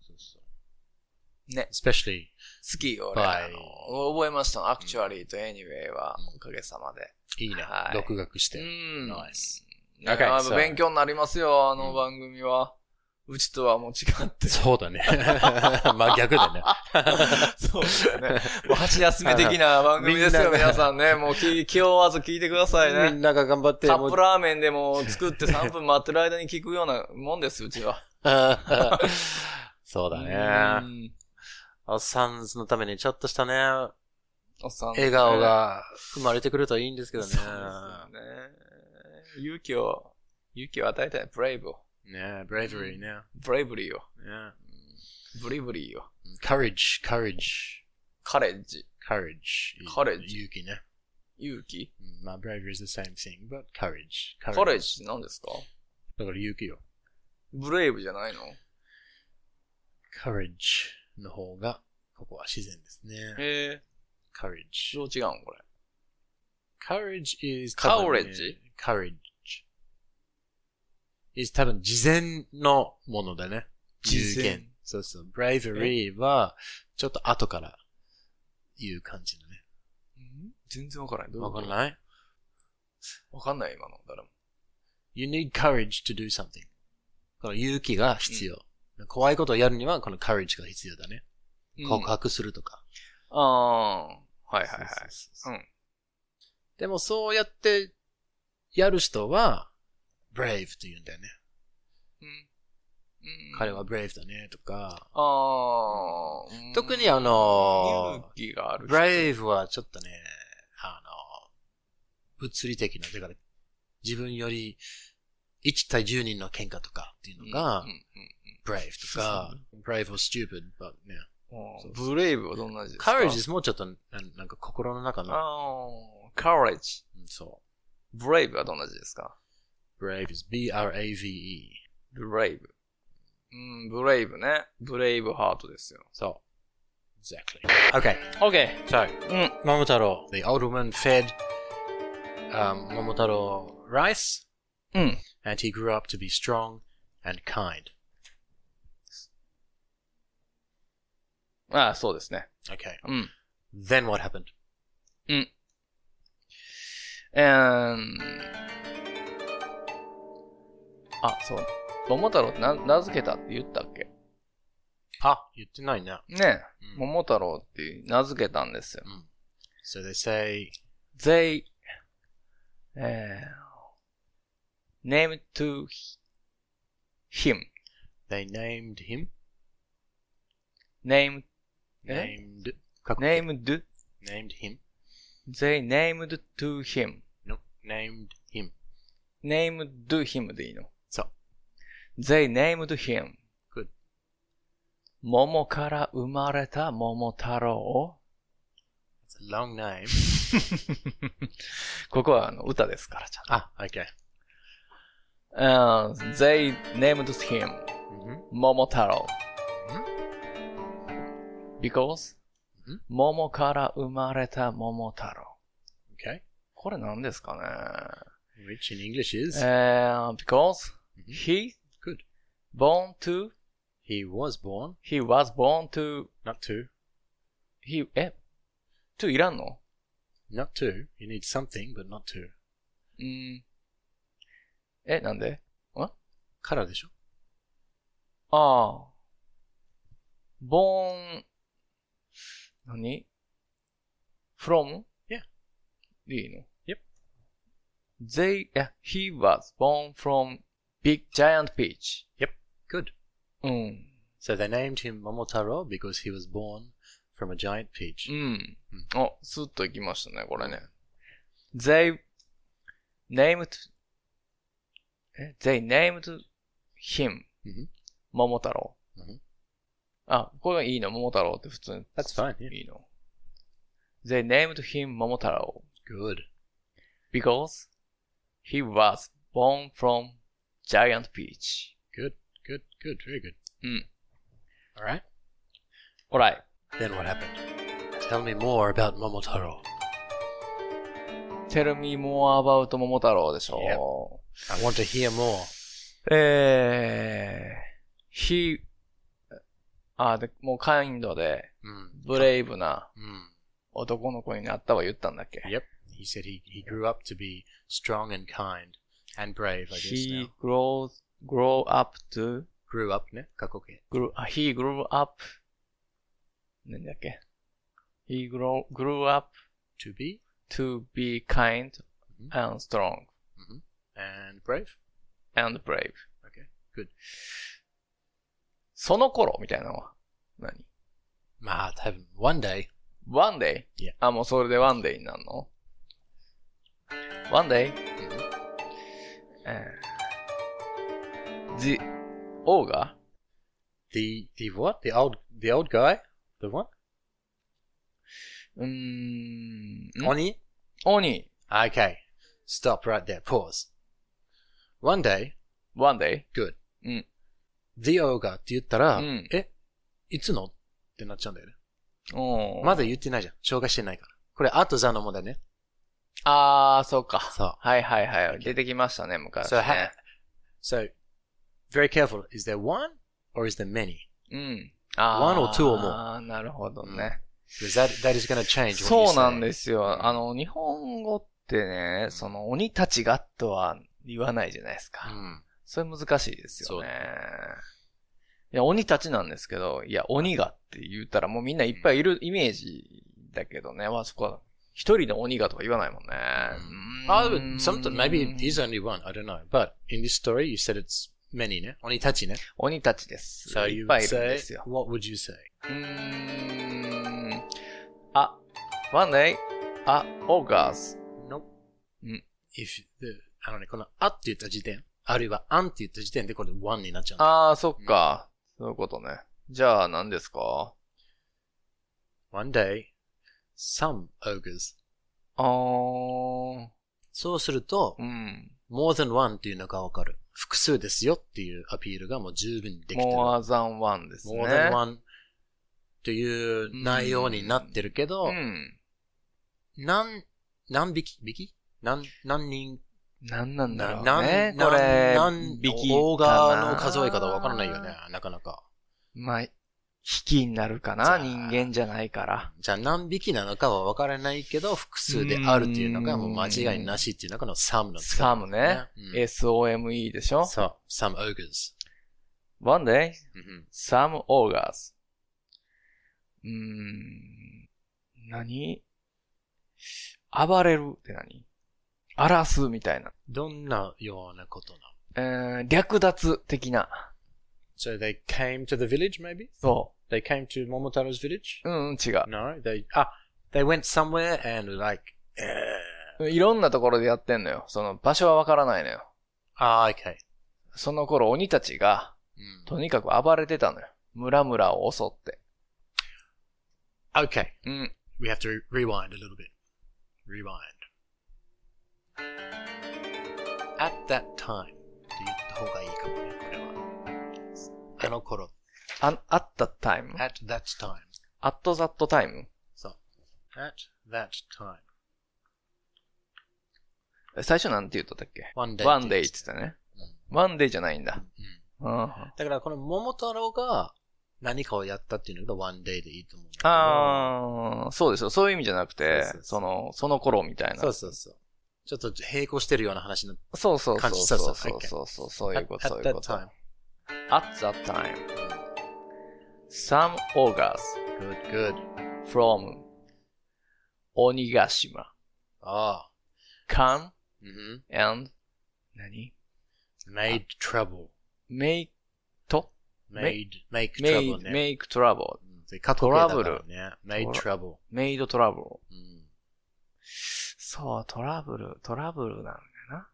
Speaker 7: そうそう。
Speaker 1: ね。
Speaker 7: especially,
Speaker 1: 好きよ、俺。
Speaker 7: はい
Speaker 1: あの覚えましたの。actually と anyway は、おかげさまで。
Speaker 7: いいね
Speaker 1: は。い
Speaker 7: 独学し
Speaker 1: う
Speaker 7: て。
Speaker 1: ん。
Speaker 7: Nice.
Speaker 1: ね
Speaker 7: Okay,
Speaker 1: やっぱ
Speaker 7: so-
Speaker 1: 勉強になりますよ、あの
Speaker 7: うん
Speaker 1: 番組は。うちとはもう違
Speaker 7: [LAUGHS]
Speaker 1: って。
Speaker 7: そうだね。まあ、逆だね。
Speaker 1: そうですね。もう箸休め的な番組ですよ、
Speaker 7: みんな
Speaker 1: 皆さんね。もう気気負わず聞いてください
Speaker 7: [LAUGHS] み
Speaker 1: ね。
Speaker 7: んなが頑張って、
Speaker 1: カ
Speaker 7: も
Speaker 1: ッ
Speaker 7: う
Speaker 1: プラーメンでも作って3分待ってる間に聞くようなもんです、うちは。
Speaker 7: [LAUGHS] そうだ
Speaker 1: う
Speaker 7: ね。
Speaker 1: ん
Speaker 7: おサンズのためにちょっとしたね、
Speaker 1: おっさん
Speaker 7: 笑顔が生まれてくるといいんですけどね
Speaker 1: そう。ですよね。勇気を、勇気を与えたい。ブレイブを。
Speaker 7: ねブレイブリーね。
Speaker 1: ブレイブリーを。
Speaker 7: ね
Speaker 1: ブリブリーを。
Speaker 7: courage, courage,
Speaker 1: カレッジ。
Speaker 7: courage.
Speaker 1: Courage
Speaker 7: 勇気ね。
Speaker 1: 勇気
Speaker 7: うんまあ、bravery is the same thing, but courage.
Speaker 1: カレッジって何ですか
Speaker 7: だから勇気よ。
Speaker 1: ブレイブじゃないの
Speaker 7: courage の方が、ここは自然ですね。
Speaker 1: へえ。
Speaker 7: courage.
Speaker 1: どう違うんこれ。
Speaker 7: courage is
Speaker 1: Courage？
Speaker 7: 多分ね courage is 多分事前のものだね。
Speaker 1: 事前
Speaker 7: 有言そうそう。bravery はちょっと後から言う感じのね。
Speaker 1: 全然わからない。どういう
Speaker 7: わ
Speaker 1: こと
Speaker 7: かんない
Speaker 1: わかんない、今の。誰も。
Speaker 7: ?You need courage to do something. この勇気が必要。怖いことをやるにはこの courage が必要だね。告
Speaker 1: うん
Speaker 7: 白するとか。
Speaker 1: ああ。はいはいはい。
Speaker 7: そうそうそう
Speaker 1: うん
Speaker 7: でもそうやってやる人は brave って言うんだよね。
Speaker 1: うん
Speaker 7: 彼は。brave だねとか。
Speaker 1: ああ。うん
Speaker 7: 特にあのー
Speaker 1: 勇気がある人。
Speaker 7: brave はちょっとね、あの、物理的な、だから自分より1対10人の喧嘩とかっていうのが
Speaker 1: うんうんうん
Speaker 7: brave とか、brave or stupid, but ね。
Speaker 1: うんブレイブはどんな字ですか
Speaker 7: courage is もうちょっとななんか心の中の、
Speaker 1: ああ、courage。
Speaker 7: うんそ
Speaker 1: ブレイブはどんな字ですか
Speaker 7: う。brave is b-r-a-v-e.
Speaker 1: ブレイブ。うん、ブレイブね。ブレイブハートですよ。
Speaker 7: そう。exactly. Okay.
Speaker 1: OK!
Speaker 7: So,
Speaker 1: うん。
Speaker 7: Momotaro, the old woman fed um, Momotaro rice,
Speaker 1: うん。
Speaker 7: and he grew up to be strong and kind.
Speaker 1: ああ、そうですね。
Speaker 7: Okay.
Speaker 1: うん。
Speaker 7: Then what happened?
Speaker 1: and あ、そう。桃太郎ってな名付けたって言ったっけ
Speaker 7: あ、言ってないな。
Speaker 1: ねえ
Speaker 7: うん
Speaker 1: 桃太郎って名付けたんですよ。
Speaker 7: So they say,
Speaker 1: they, えー、name to him,
Speaker 7: they named him.
Speaker 1: name, え
Speaker 7: Named. 過去形
Speaker 1: named,
Speaker 7: Named him.
Speaker 1: they named to him,
Speaker 7: No. Named him.
Speaker 1: named him でいいの
Speaker 7: そう
Speaker 1: They named him.
Speaker 7: Good.
Speaker 1: 桃から生まれた桃太郎。
Speaker 7: That's a long name.
Speaker 1: [LAUGHS] ここはあの歌ですから、ちゃんと。
Speaker 7: Ah, okay.
Speaker 1: Uh, they named him
Speaker 7: hmm
Speaker 1: Momotaro. Because?
Speaker 7: ん
Speaker 1: 桃から生まれた桃太郎。
Speaker 7: Okay.
Speaker 1: これ何ですかね
Speaker 7: Which in English is
Speaker 1: えー because
Speaker 7: うん
Speaker 1: he
Speaker 7: Good.
Speaker 1: born to,
Speaker 7: he was born,
Speaker 1: he was born to,
Speaker 7: not to,
Speaker 1: he, え ?to いらんの
Speaker 7: not to. You need something, but not to.
Speaker 1: うん。え、なんで
Speaker 7: Kara でしょ
Speaker 1: ああ。born, 何 ?from?
Speaker 7: Yeah.
Speaker 1: でいいの
Speaker 7: Yep.
Speaker 1: They, え he was born from big giant peach.
Speaker 7: Good.
Speaker 1: うん。
Speaker 7: So they named him Momotaro because he was born from a giant peach.
Speaker 1: うん。あ、スッと行きましたね、これね。They named, え they named him,
Speaker 7: うん
Speaker 1: 桃太郎
Speaker 7: うん。
Speaker 1: あ、これがいいの、桃太郎って普通に。
Speaker 7: That's fine, yeah.
Speaker 1: いいの。They named him 桃太郎
Speaker 7: Good.
Speaker 1: because he was born from giant peach.
Speaker 7: Good. Good. Good. Very good.
Speaker 1: Mm.
Speaker 7: All right.
Speaker 1: Alright.
Speaker 7: Then what happened? Tell me more about Momotaro.
Speaker 1: Tell me more about 桃太郎でしょ。
Speaker 7: I want to hear more.
Speaker 1: えー、he, あ、で、もうカインドで、
Speaker 7: Mm.
Speaker 1: ブレイブな
Speaker 7: Mm.
Speaker 1: 男の子になったは言ったんだっけ
Speaker 7: Yep. He said he, he grew up to be strong and kind and brave, I guess
Speaker 1: ?He
Speaker 7: now.
Speaker 1: grows, grow up to,
Speaker 7: Grew up, ne? Kakoke.
Speaker 1: grew, あ he grew up, なんだっけ ?He grow, grew up
Speaker 7: To be
Speaker 1: to be kind
Speaker 7: うん
Speaker 1: and strong
Speaker 7: and brave.
Speaker 1: and brave.
Speaker 7: Okay. Good.
Speaker 1: その頃みたいなのは何
Speaker 7: Mahat heaven. One day.
Speaker 1: ?one day?
Speaker 7: Yeah.
Speaker 1: あ、もうそれで one day になるの ?one day?
Speaker 7: Mhm.
Speaker 1: えー The ogre?
Speaker 7: The the what? The old the old guy? The what?
Speaker 1: うーん。
Speaker 7: Oni?
Speaker 1: Oni.
Speaker 7: Okay. Stop right there. Pause. One day,
Speaker 1: One day.
Speaker 7: good.
Speaker 1: うん。
Speaker 7: The ogre って言ったら、
Speaker 1: うん
Speaker 7: え、いつのってなっちゃうんだよね。
Speaker 1: うん。
Speaker 7: まだ言ってないじゃん。紹介してないから。これ、あとザの問題ね。
Speaker 1: あー、そうか。
Speaker 7: そう
Speaker 1: はいはいはい。出てきましたね、昔、
Speaker 7: So, ha-
Speaker 1: ね。
Speaker 7: so, very careful. Is there one or is there many?
Speaker 1: うん。あー。
Speaker 7: One or two or more
Speaker 1: あー、なるほどね。
Speaker 7: Because that, that is going to change when you
Speaker 1: そうなん
Speaker 7: say-
Speaker 1: ですよ。あの、日本語ってね、その、鬼たちがとは言わないじゃないですか。
Speaker 7: うん。
Speaker 1: それ難しいですよ
Speaker 7: そう
Speaker 1: ね。いや、鬼たちなんですけど、いや、鬼がって言ったらもうみんないっぱいいるイメージだけどね。まあそこは、一人の鬼がとか言わないもんね。
Speaker 7: Ah, but something, maybe it is only one. I don't know. But in this story, you said it's many ね。鬼たちね。
Speaker 1: 鬼たちです。
Speaker 7: So
Speaker 1: い
Speaker 7: you
Speaker 1: っぱ
Speaker 7: would
Speaker 1: いいるんで
Speaker 7: say,
Speaker 1: すよ。
Speaker 7: what would you say?
Speaker 1: うーん。あ、one day, あ、オーガーズ。
Speaker 7: Nope.
Speaker 1: うん。
Speaker 7: if the, あのね、このあって言った時点、あるいはあんって言った時点でこれ one になっちゃうんだよ。
Speaker 1: ああ、そっか。そういうことね。じゃあ何ですか
Speaker 7: one day, some ogres.
Speaker 1: あー、
Speaker 7: そうすると
Speaker 1: う、ん。
Speaker 7: more than one っていうのがわかる。複数ですよっていうアピールがもう十分できてる。
Speaker 1: more than one ですね。
Speaker 7: more than one っていう内容になってるけど、
Speaker 1: うん。
Speaker 7: 何、何匹匹何、何人
Speaker 1: なんなんだろう
Speaker 7: 何、
Speaker 1: ね。
Speaker 7: 何
Speaker 1: これ、
Speaker 7: 何
Speaker 1: 引き
Speaker 7: オーガーの数え
Speaker 1: かな
Speaker 7: 方わからないよね。。なかなか。
Speaker 1: まあ、引きになるか
Speaker 7: じゃ
Speaker 1: な
Speaker 7: あ
Speaker 1: 人間じゃないから。
Speaker 7: じゃあ何匹なのかは分からないけど、複数であるっていうのがもう間違いなしっていうのがこのサムの使い
Speaker 1: サ
Speaker 7: 方
Speaker 1: ムね。
Speaker 7: うん
Speaker 1: SOME でしょ
Speaker 7: そう。サム ogres。
Speaker 1: ?One day,
Speaker 7: うん
Speaker 1: some ogres. うーん。何暴れるって何荒らすみたいな。
Speaker 7: どんなようなことなの
Speaker 1: えー、略奪的な。
Speaker 7: ?So they came to the village maybe?
Speaker 1: そ
Speaker 7: They came to Momotaro's village?
Speaker 1: う。うん、うん違う。
Speaker 7: No, they, あ、they went somewhere and like, eh,
Speaker 1: いろんなところでやってんのよ。その場所はわからないのよ。
Speaker 7: ah, okay. Mm.
Speaker 1: その頃鬼たちが、
Speaker 7: うん
Speaker 1: とにかく暴れてたのよ。村々を襲って。
Speaker 7: Okay,
Speaker 1: うん。
Speaker 7: We have to re- rewind a little bit. Rewind. At that time. って言った方がいいかもね、これは。あの頃。
Speaker 1: あ、あったタイム
Speaker 7: At that time.
Speaker 1: アットザットタイム
Speaker 7: At that time.
Speaker 1: 最初なんて言ったっけ
Speaker 7: One day.
Speaker 1: ワンデイって言ったね。ワンデイじゃないんだ。
Speaker 7: Mm.
Speaker 1: あ
Speaker 7: だからこの桃太郎が何かをやったっていうのがワンデイでいいと思うんだけど。
Speaker 1: あー、そうですよ。そういう意味じゃなくて
Speaker 7: そうそう、そ
Speaker 1: その、その頃みたいな。
Speaker 7: そうそうそう。ちょっと並行してるような話になっ
Speaker 1: そうそうそう
Speaker 7: 感じそ
Speaker 1: そうう
Speaker 7: そ
Speaker 1: そううそうそうそうそういうこと
Speaker 7: At-
Speaker 1: そういうこと
Speaker 7: at that time.
Speaker 1: At that time some ogres
Speaker 7: Good, good.
Speaker 1: from 鬼ヶ島
Speaker 7: ああ。
Speaker 1: come
Speaker 7: うん。
Speaker 1: and 何
Speaker 7: Made trouble.
Speaker 1: make と
Speaker 7: Ah. Made, make trouble Mm.
Speaker 1: made
Speaker 7: ね。
Speaker 1: make trouble
Speaker 7: うんで過去形だからね。Made trouble. Mm.
Speaker 1: made trouble
Speaker 7: うん。
Speaker 1: そうトラブルトラブルなんだよな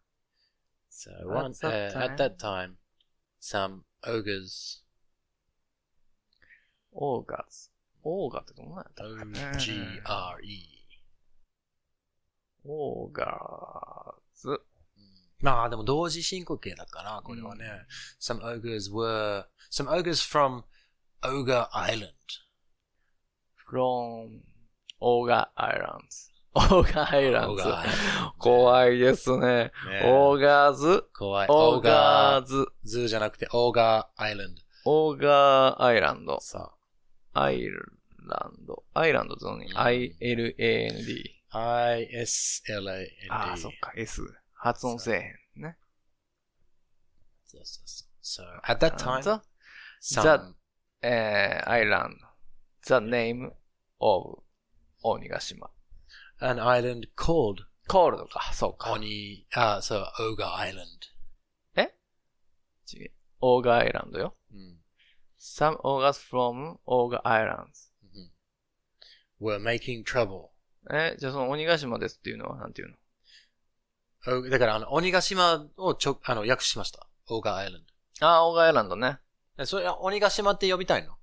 Speaker 7: So one,
Speaker 1: At
Speaker 7: uh,
Speaker 1: that
Speaker 7: at
Speaker 1: time.
Speaker 7: that time, some ogres,
Speaker 1: オーガズオーガってどんなんやった
Speaker 7: O
Speaker 1: ね
Speaker 7: G R E。
Speaker 1: オーガズ
Speaker 7: まあ Ah, でも同時進行形だから、これはね。Some ogres were, some ogres from Ogre Island.
Speaker 1: from オーガアイランズオーガアイランズ
Speaker 7: Ogre [LAUGHS] Island
Speaker 1: 怖いですね。
Speaker 7: ね
Speaker 1: オーガーズ、
Speaker 7: 怖い。
Speaker 1: オーガー
Speaker 7: Ogre
Speaker 1: ズ、
Speaker 7: Zoo じゃなくて Ogre Island。
Speaker 1: オーガーアイランド、
Speaker 7: さ
Speaker 1: アイランド、アイランドって何
Speaker 7: うん
Speaker 1: ?ILAND。
Speaker 7: あ、I-S-L-A-N-D。
Speaker 1: ああ、そっか、S。発音せえへんね。
Speaker 7: そうそうそう。So, at that time,
Speaker 1: The-
Speaker 7: some,
Speaker 1: えー、アイランド。The name of 鬼ヶ島。
Speaker 7: an island called
Speaker 1: コールドか、そうか。
Speaker 7: Oni, あ、そう、Ogre Island.
Speaker 1: ちげオーガアイランドよ。
Speaker 7: うん。
Speaker 1: Some ogres from オーガアイランド。
Speaker 7: Mhm. were making trouble.
Speaker 1: え、じゃあその鬼ヶ島ですっていうのはなんていうの
Speaker 7: O- だから、あの、鬼ヶ島をちょ、あの、訳しました。オーガーアイラン
Speaker 1: ああ、オーガアイランドね。
Speaker 7: ド。それは鬼ヶ島って呼びたいの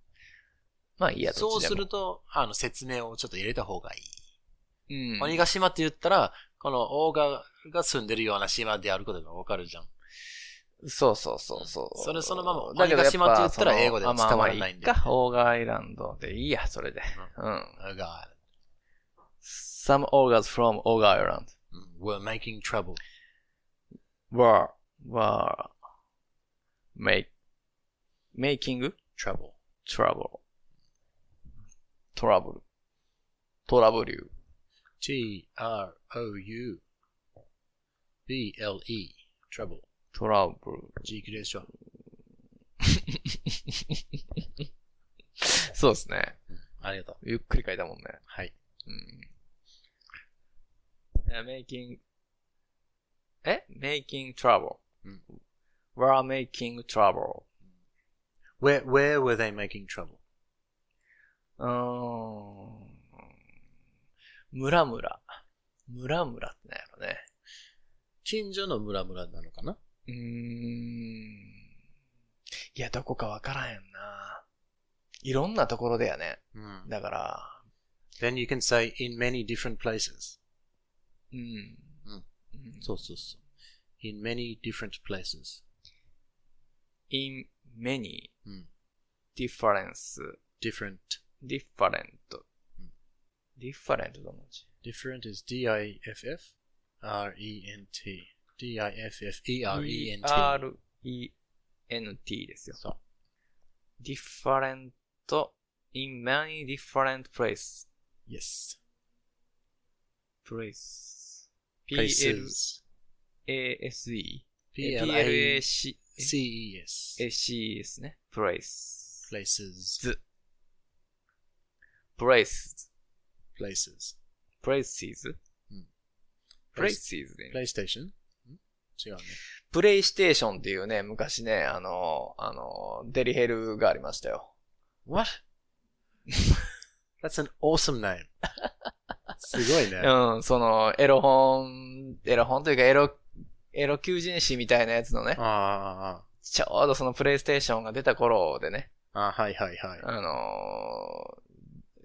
Speaker 1: まあいいや、
Speaker 7: そ
Speaker 1: どっ
Speaker 7: う
Speaker 1: ちですも
Speaker 7: ると、あの、説明をちょっと入れた方がいい。
Speaker 1: うん。
Speaker 7: 鬼ヶ島って言ったら、このオーガが住んでるような島であることがわかるじゃん。
Speaker 1: そうそうそうそう。
Speaker 7: それそのまま
Speaker 1: だけどやぱ
Speaker 7: 鬼ヶ島って言ったら英語では
Speaker 1: その
Speaker 7: 伝わらないんで
Speaker 1: あまあまあいっか、オーガーアイランドでいいや、それで。うん。
Speaker 7: オーガーアイ
Speaker 1: Some ogres from オーガーアイラン
Speaker 7: ランド。were making trouble.
Speaker 1: d were, were, make, making
Speaker 7: trouble.
Speaker 1: trouble. トラブル。トラブル。
Speaker 7: t-r-o-u-b-l-e. E, trouble.
Speaker 1: トラブル。
Speaker 7: 字切れでしょ。
Speaker 1: [LAUGHS] そうですね。
Speaker 7: ありがとう。
Speaker 1: ゆっくり書いたもんね。
Speaker 7: はい。
Speaker 1: うん。making, え ?making trouble.
Speaker 7: うん
Speaker 1: were making trouble.
Speaker 7: Where, where were they making trouble?
Speaker 1: うーん。村々。村々ってなんやろね。
Speaker 7: 近所の村々なのかな
Speaker 1: うーん。いや、どこかわからへんな。いろんなところでやね。
Speaker 7: うん。
Speaker 1: だから、
Speaker 7: Hmm. Then you can say in many different places.
Speaker 1: うん。
Speaker 7: うん
Speaker 1: ん
Speaker 7: そうそうそう。in many different places.
Speaker 1: in many
Speaker 7: うん
Speaker 1: difference,
Speaker 7: different.
Speaker 1: different,
Speaker 7: うん
Speaker 1: different どの字
Speaker 7: different is E d-i-f-f-r-e-n-t. E d-i-f-f-e-r-e-n-t.
Speaker 1: R-E-N-T ですよ。
Speaker 7: そう。
Speaker 1: different in many different place,
Speaker 7: yes.
Speaker 1: place,
Speaker 7: places.
Speaker 1: P-L-A-S-E,
Speaker 7: p-l-a-c-e-s.
Speaker 1: P-L-A-C,
Speaker 7: E
Speaker 1: C ですね。place,
Speaker 7: places.
Speaker 1: Z places,
Speaker 7: places.
Speaker 1: places,
Speaker 7: うん
Speaker 1: places でいいの
Speaker 7: PlayStation? ん違うね。
Speaker 1: プレイステーションっていうね、昔ね、あの、あの、デリヘルがありましたよ。
Speaker 7: What? [LAUGHS] That's an awesome [LAUGHS] name. すごいね。
Speaker 1: うん、その、エロ本、エロ本というか、エロ、エロ求人誌みたいなやつのね、
Speaker 7: あ
Speaker 1: ちょうどそのプレイステーションが出た頃でね、
Speaker 7: あ、ああ、はいはいはい。
Speaker 1: あのー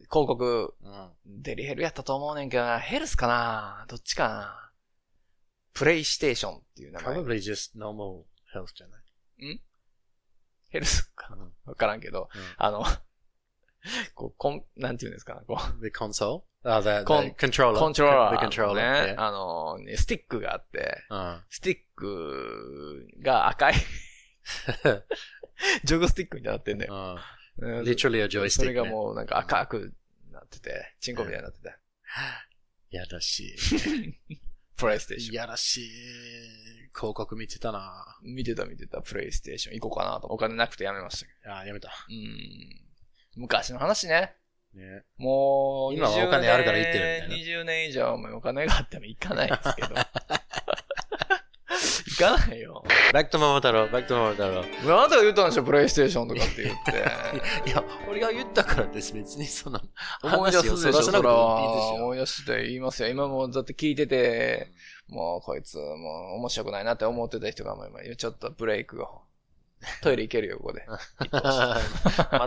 Speaker 1: 広告
Speaker 7: うん
Speaker 1: デリヘルやったと思うねんけどな、ヘルスかなどっちかなプレイステーションっていう名前。
Speaker 7: Probably just normal health, don't they?
Speaker 1: ヘルスか
Speaker 7: うん
Speaker 1: わからんけど、
Speaker 7: うん
Speaker 1: あの、 [LAUGHS] こう、こん、なんていうんですかこう、
Speaker 7: The console? Oh, the,
Speaker 1: Con-
Speaker 7: the controller.
Speaker 1: コントローラー、
Speaker 7: The controller.
Speaker 1: ね、
Speaker 7: Yeah.
Speaker 1: あの、ねスティックがあって、
Speaker 7: Uh,
Speaker 1: スティックが
Speaker 7: [LAUGHS]
Speaker 1: 赤い。ジョグスティックみたいになってんだよ。
Speaker 7: uh,
Speaker 1: うん
Speaker 7: literally a
Speaker 1: それ
Speaker 7: joystick.
Speaker 1: が
Speaker 7: man.
Speaker 1: もうなんか赤くなってて、チンコみたいになってて。
Speaker 7: やらしい。
Speaker 1: プレイステーション。
Speaker 7: やらしい。広告見てたな。あ、や
Speaker 1: 見
Speaker 7: めた。
Speaker 1: てた見てた、プレイステーション行こうかなと。お金なくてやめましたけど。うーん。昔の話ね。
Speaker 7: ね。
Speaker 1: もう、
Speaker 7: 今は
Speaker 1: 20
Speaker 7: お金あるから行ってるみたいな
Speaker 1: 年20年以上はもうお金があっても行かないです
Speaker 7: [LAUGHS]
Speaker 1: けど。行かないよ。
Speaker 7: Back to 桃太郎、Back to [LAUGHS] 桃太郎。
Speaker 1: あなたが言ったんでしょ、プレイステーションとかって
Speaker 7: [LAUGHS]
Speaker 1: 言って。
Speaker 7: いや、俺が言ったからです。別にそんな。
Speaker 1: 思い出すでしょ、そら。
Speaker 7: 話をそらさなくてもいいでしょ。
Speaker 1: 思い出して言いますよ。今もだって聞いてて、もうこいつ、もう面白くないなって思ってた人が、もう今、ちょっとブレイクを。トイレ行けるよ、ここ
Speaker 7: [LAUGHS]
Speaker 1: で。
Speaker 7: ま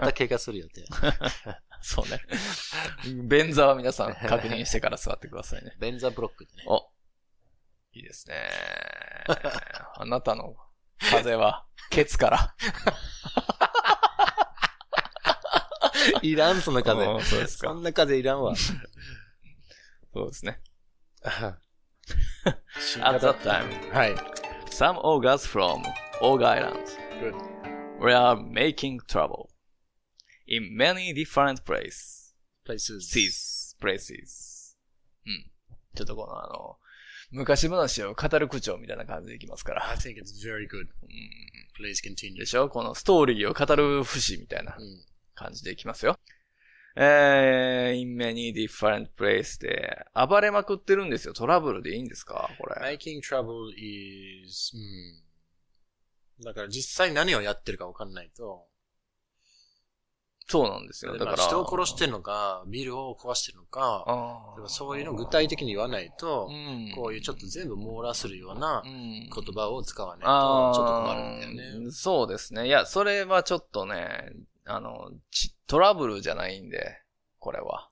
Speaker 7: た怪我するよって。
Speaker 1: そうね。便座は皆さん確認してから座ってくださいね。
Speaker 7: 便座ブロックでね。
Speaker 1: お。いいですね。あなたの風邪
Speaker 7: [LAUGHS]
Speaker 1: は、ケツから。
Speaker 7: [LAUGHS] いらん、そんな風。
Speaker 1: うんそうですか。
Speaker 7: そんな風いらんわ。
Speaker 1: そうですね。At
Speaker 7: 新型。
Speaker 1: that time,
Speaker 7: はい。
Speaker 1: some ogres from Ogre Islands
Speaker 7: Good.
Speaker 1: were making trouble in many different places.
Speaker 7: Places.
Speaker 1: places. うん。ちょっとこのあの、昔話を語る口調みたいな感じでいきますから。
Speaker 7: I think it's very good.
Speaker 1: うん
Speaker 7: Please continue.
Speaker 1: でしょこのストーリーを語る節みたいな
Speaker 7: うん。
Speaker 1: 感じでいきますよ。えー、in many different place で、暴れまくってるんですよ。トラブルでいいんですかこれ。
Speaker 7: Making trouble is, うん。だから実際何をやってるかわかんないと。
Speaker 1: そうなんですよ。だ
Speaker 7: ま
Speaker 1: か
Speaker 7: あ
Speaker 1: ら。
Speaker 7: 人を殺してるのか、ビルを壊してるのか、
Speaker 1: あ
Speaker 7: で
Speaker 1: あ。
Speaker 7: もそういうのを具体的に言わないと、
Speaker 1: うん
Speaker 7: こういうちょっと全部網羅するような
Speaker 1: 言
Speaker 7: 言葉を使わない
Speaker 1: あ
Speaker 7: と
Speaker 1: あ、、
Speaker 7: ちょっと困るんだよね。
Speaker 1: そうですね。いや、それはちょっとね、あの、ちトラブルじゃないんで、これは。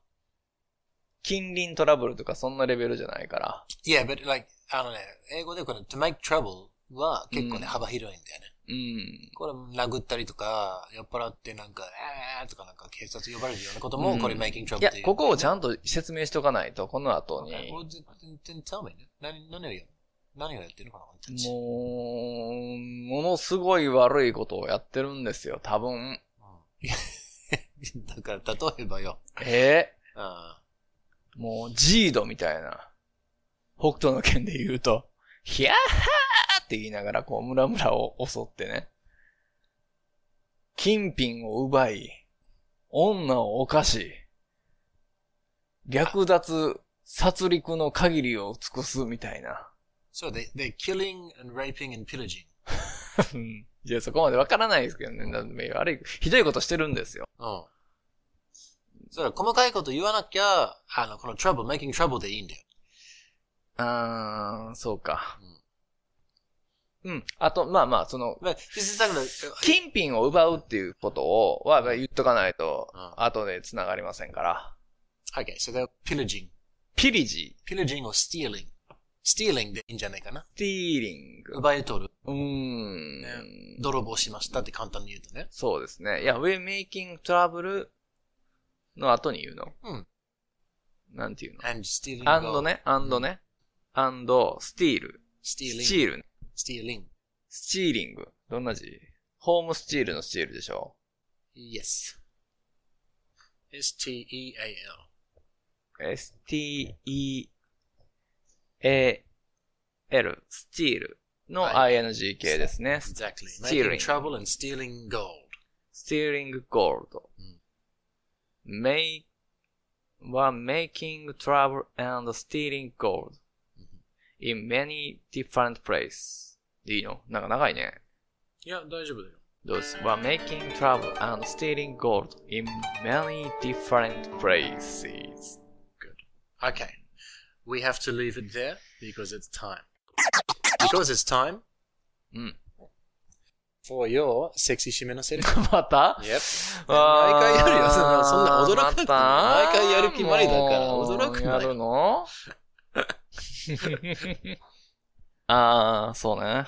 Speaker 1: 近隣トラブルとかそんなレベルじゃないから。
Speaker 7: Yeah, but like, あのね、英語でこの to make trouble は結構
Speaker 1: うん
Speaker 7: ね、幅広いんだよね。
Speaker 1: うん。
Speaker 7: これ殴ったりとか、酔っ払ってなんか、あーとかなんか警察呼ばれるようなことも、
Speaker 1: うん
Speaker 7: これ making
Speaker 1: い
Speaker 7: trouble
Speaker 1: や
Speaker 7: っていう。、
Speaker 1: ここをちゃんと説明しとかないと、この後に。
Speaker 7: Okay, well, then- then tell me ね。何、何をやる何をやってるかな、俺たち。
Speaker 1: もう、ものすごい悪いことをやってるんですよ、多分。
Speaker 7: うん [LAUGHS] だから、例えばよ。
Speaker 1: え
Speaker 7: あ
Speaker 1: ーもう、ジードみたいな。北斗の剣で言うと、ヒャッハーって言いながら、こう、ムラムラを襲ってね。金品を奪い、女を犯し、略奪、殺戮の限りを尽くすみたいな。
Speaker 7: So they, they killing and raping and pillaging.
Speaker 1: うんいや、そこまでわからないですけどね。だって悪い、ひどいことしてるんですよ。
Speaker 7: うん。それ細かいこと言わなきゃ、あの、この trouble, making trouble でいいんだよ。
Speaker 1: あー、そうか。うん。あと、まあまあ、その、
Speaker 7: But this is like the-
Speaker 1: 金品を奪うっていうことを、は言っとかないと
Speaker 7: うん、
Speaker 1: 後で繋がりませんから。
Speaker 7: okay, so they're pillaging.
Speaker 1: ピリジ、
Speaker 7: pillaging or stealing. stealing でいいんじゃないかな。
Speaker 1: スティーリング。
Speaker 7: 奪い取る。
Speaker 1: うーん。
Speaker 7: 泥棒しましたって簡単に言うとね。
Speaker 1: そうですね。いや、we're making trouble の後に言うの。
Speaker 7: うん。
Speaker 1: なんていうの
Speaker 7: and stealing.
Speaker 1: ?and ね、and ね。and steal,
Speaker 7: stealing.
Speaker 1: steal ね。
Speaker 7: stealing.
Speaker 1: スチーリング。どんな字ホームスチールのスチールでしょ
Speaker 7: Yes. E S-T-E-A-L.
Speaker 1: ?s-t-e-a-l、スチールの
Speaker 7: は
Speaker 1: ing 系ですね。ス
Speaker 7: Exactly.
Speaker 1: Stealing.
Speaker 7: Making trouble and stealing gold.
Speaker 1: チーリングゴールド。make は making trouble and stealing gold in many different places. でいいのなんか長いね。
Speaker 7: いや、大丈夫だよ。
Speaker 1: Those were making trouble and stealing gold in many different places. [LAUGHS]
Speaker 7: Okay. We have to leave it there because it's time. Because it's time.
Speaker 1: Mm.
Speaker 7: for your sexy Shimeno City.
Speaker 1: また
Speaker 7: yep.
Speaker 1: あー
Speaker 7: 毎回やるよそんなそんな驚かなくても
Speaker 1: また
Speaker 7: 毎回やる気ないだから
Speaker 1: もう
Speaker 7: 驚くなよ
Speaker 1: やる
Speaker 7: [LAUGHS]
Speaker 1: のああ、そうね。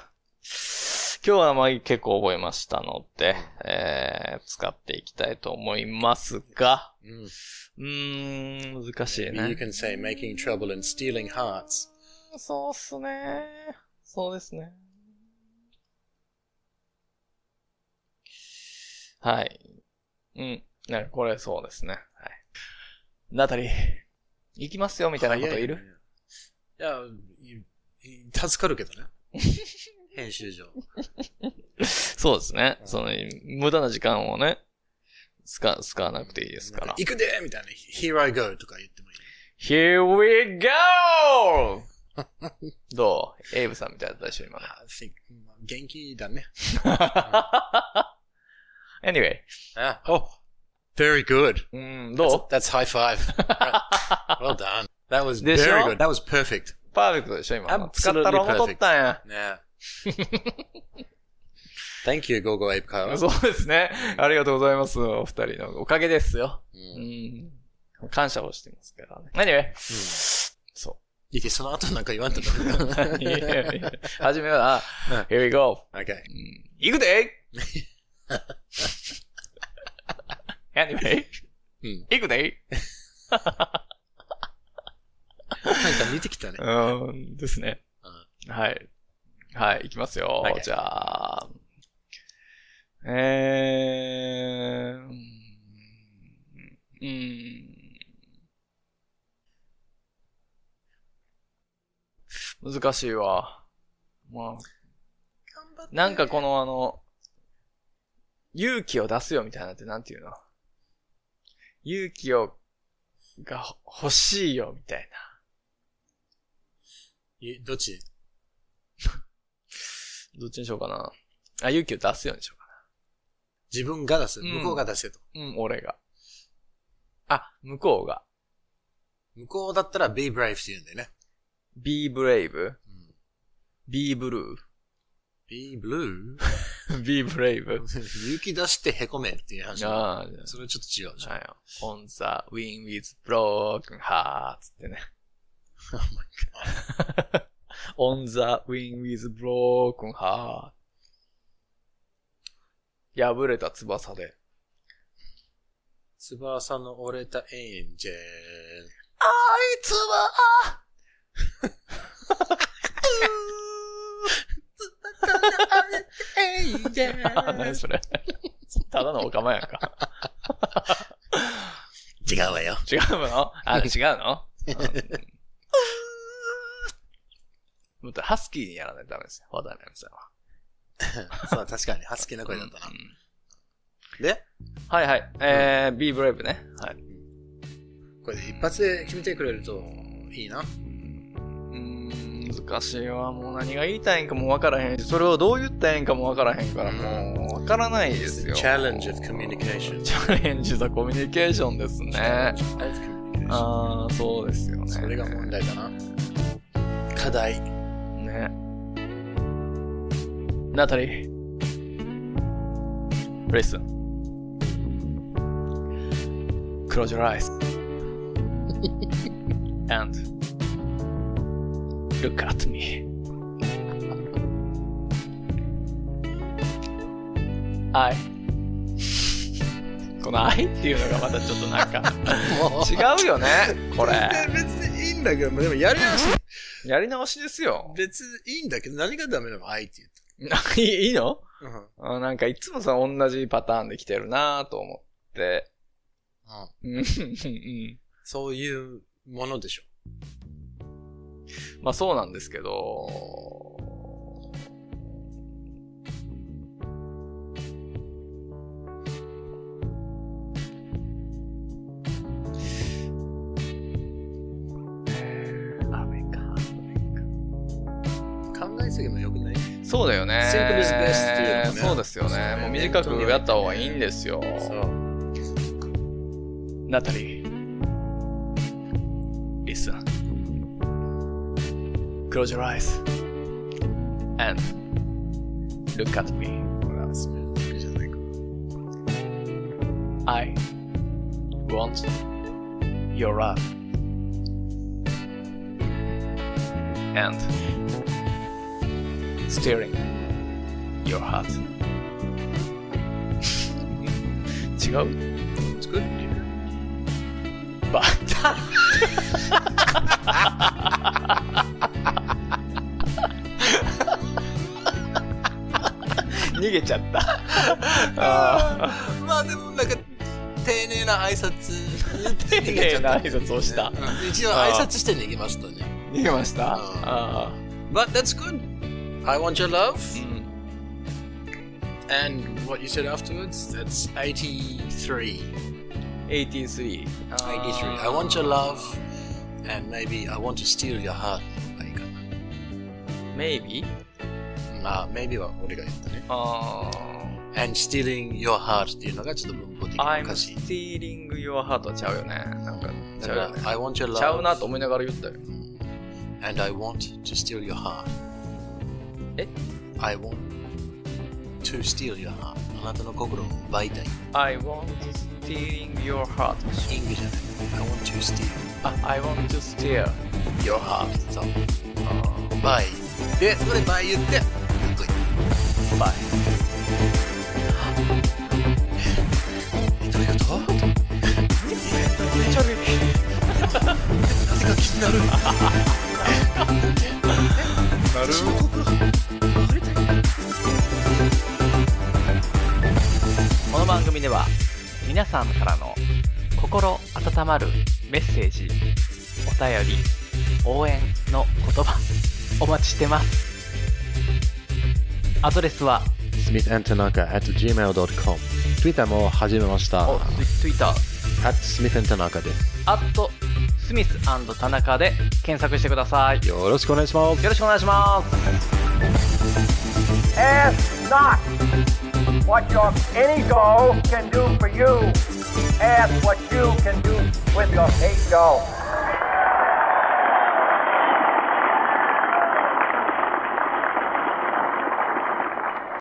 Speaker 1: 今日はまあ結構覚えましたので、えー、使っていきたいと思いますが、
Speaker 7: Mm.
Speaker 1: うーん、難しい
Speaker 7: Maybe you
Speaker 1: ね。
Speaker 7: can say making trouble and stealing hearts.
Speaker 1: そうっすね。そうですね。はい。うん。なんかこれそうですね。はい。ナタリー、行きますよみたいなこといる
Speaker 7: 早いねいや、い助かるけどね。編集上。
Speaker 1: [LAUGHS] そうですね
Speaker 7: う。ん
Speaker 1: その、無駄な時間をね、使、使わなくていいですから。
Speaker 7: 行くでみたいな。Here I go! とか言ってもいい。
Speaker 1: Here we go! [LAUGHS] どうエイブさんみたいだったでしょ、今の。
Speaker 7: I think, まあ元気だね。
Speaker 1: anyway.
Speaker 7: あ、oh! Very good!
Speaker 1: うん、ど
Speaker 7: That's high five.
Speaker 1: [LAUGHS]
Speaker 7: well done. That was
Speaker 1: でしょ
Speaker 7: very good. That was perfect.
Speaker 1: うパーフェクトでしょ、今の。
Speaker 7: Absolutely
Speaker 1: 使ったら思っとったんや。
Speaker 7: Yeah. Thank you, Gogo Ape
Speaker 1: [LAUGHS]
Speaker 7: Kyle.
Speaker 1: そうですね。ありがとうございます。お二人のおかげですよ。
Speaker 7: うん
Speaker 1: うん。感謝をしてますからね。何ねそ
Speaker 7: いやその後なんか言わんと [LAUGHS]
Speaker 1: う。いやいやいやはじめは、あ
Speaker 7: うん
Speaker 1: here we go.
Speaker 7: [LAUGHS] Okay.
Speaker 1: うん行くで anyway,
Speaker 7: うん
Speaker 1: 行くで
Speaker 7: なんか似てきたね。
Speaker 1: うん、ですね。はい。はい、行きますよ。
Speaker 7: Okay
Speaker 1: じゃあ。えー、うん。難しいわ。まあ。なんかこのあの、勇気を出すよみたいなのってなんていうの勇気を、が欲しいよみたいな。
Speaker 7: いどっち
Speaker 1: どっちにしようかな。あ、勇気を出すようにしようか
Speaker 7: 自分が出す。
Speaker 1: うん
Speaker 7: 向こうが出せと。
Speaker 1: な。うん、俺が。あ、向こうが。
Speaker 7: 向こうだったら be brave って言うんだよね。
Speaker 1: be brave, be blue, [LAUGHS]
Speaker 7: be blue?
Speaker 1: be brave.
Speaker 7: [LAUGHS] 勇気出してへこめっていう話。
Speaker 1: ああ、
Speaker 7: それちょっと違うじ
Speaker 1: じ
Speaker 7: ゃん。
Speaker 1: ゃあ、on the wing with broken hearts ってね。 [LAUGHS]
Speaker 7: Oh
Speaker 1: on the wing with broken heart. 破れた翼で。
Speaker 7: 翼の折れたエンジェル。
Speaker 1: あいつは、あ [LAUGHS] 何それ。ただのお釜やんか。
Speaker 7: 違うわよ。
Speaker 1: 違うのあ、違うのうんもっとハスキーにやらないとダメですよ。渡辺さんは。
Speaker 7: [LAUGHS] そう、確かに、ハスキーな声だったな
Speaker 1: う。ん
Speaker 7: で、
Speaker 1: はいはい。えー、be brave ね。はい。
Speaker 7: これで一発で決めてくれるといいな。
Speaker 1: うーん難しいわ。もう何が言いたいんかもわからへんし、それをどう言ったらいいんかもわからへんから、もうわからないですよ。
Speaker 7: Challenge of communication.
Speaker 1: チャレンジとコミュニケーションですね。
Speaker 7: Challenge of communication.
Speaker 1: ああ、そうですよね。
Speaker 7: それが問題だな。課題。
Speaker 1: ね。ナタリー。Listen. Close your
Speaker 7: [LAUGHS]
Speaker 1: eyes. And look at me. I. この愛っていうのがまたちょっとなんか
Speaker 7: も
Speaker 1: 違うよね、 [LAUGHS] これ。
Speaker 7: 別にいいんだけど、でもやり直し、
Speaker 1: やり直しですよ。
Speaker 7: 別にいいんだけど、何がダメなの愛って
Speaker 1: い [LAUGHS] いいいの
Speaker 7: 言った。
Speaker 1: あなんかいつもさ、同じパターンで来てるなぁと思って。
Speaker 7: うん。
Speaker 1: うんうんうん
Speaker 7: そういうものでしょ。
Speaker 1: まあそうなんですけど、雨か雨か
Speaker 7: 考えすぎもよくない
Speaker 1: そうだよね。
Speaker 7: Simple is best っていうのね
Speaker 1: そうですよね。もう短くやった方がいいんですよ。
Speaker 7: う。
Speaker 1: ナタリー。Listen. Close your eyes. And look at me.
Speaker 7: ほら
Speaker 1: I want your love. And stealing your heart. 違う
Speaker 8: It's good. dude.
Speaker 1: [LAUGHS] バカ逃げちゃった。
Speaker 7: [LAUGHS]
Speaker 1: あー
Speaker 7: まあでもなんか丁寧な挨拶
Speaker 1: 丁寧 [LAUGHS] な挨拶をした
Speaker 7: うん一応挨拶して逃げましたね
Speaker 1: 逃げましたあ
Speaker 7: But that's good I want your love
Speaker 1: ー、うん、
Speaker 8: And what you said afterwards, that's 83.
Speaker 1: 83。
Speaker 7: 83 I want your love and maybe I want to steal your heart の方がいいか
Speaker 1: Maybe?
Speaker 7: なまあ Ah, maybe は俺が言ったね
Speaker 1: あ
Speaker 7: and stealing your heart っていうのがちょっと文法的
Speaker 1: あ、
Speaker 7: にお
Speaker 1: I'm
Speaker 7: かしい
Speaker 1: stealing your heart はちゃうよね。なんか、
Speaker 7: だ
Speaker 1: ち
Speaker 7: か
Speaker 1: ゃうよ
Speaker 7: ら
Speaker 1: ね。
Speaker 7: I want your love
Speaker 1: ちゃうなと思いながら言ったよ。
Speaker 7: and I want to steal your heart
Speaker 1: え
Speaker 7: I want to steal your heart あなたの心を奪いたい
Speaker 1: I want to stealing your heart.
Speaker 7: イングじゃない I want to steal
Speaker 1: あ、I want to steal.
Speaker 7: your heart そうバイでそこでバイ言ってかっこいいバイ [GASPS] えどういうことめっちゃなぜか気になるなるほど
Speaker 9: この番組では皆さんからの心温まるメッセージお便り応援の言葉お待ちしてますアドレスは
Speaker 10: smithandtanaka at gmail.com。Twitter も始めました。
Speaker 9: お Twitter
Speaker 10: at smithandtanaka です。
Speaker 9: アットスミス田中で検索してくださいよ
Speaker 10: よろしくお願いします。
Speaker 9: ろしくお願いします
Speaker 3: Ask not what your any doll can do for you. Ask what you can do with your hate doll.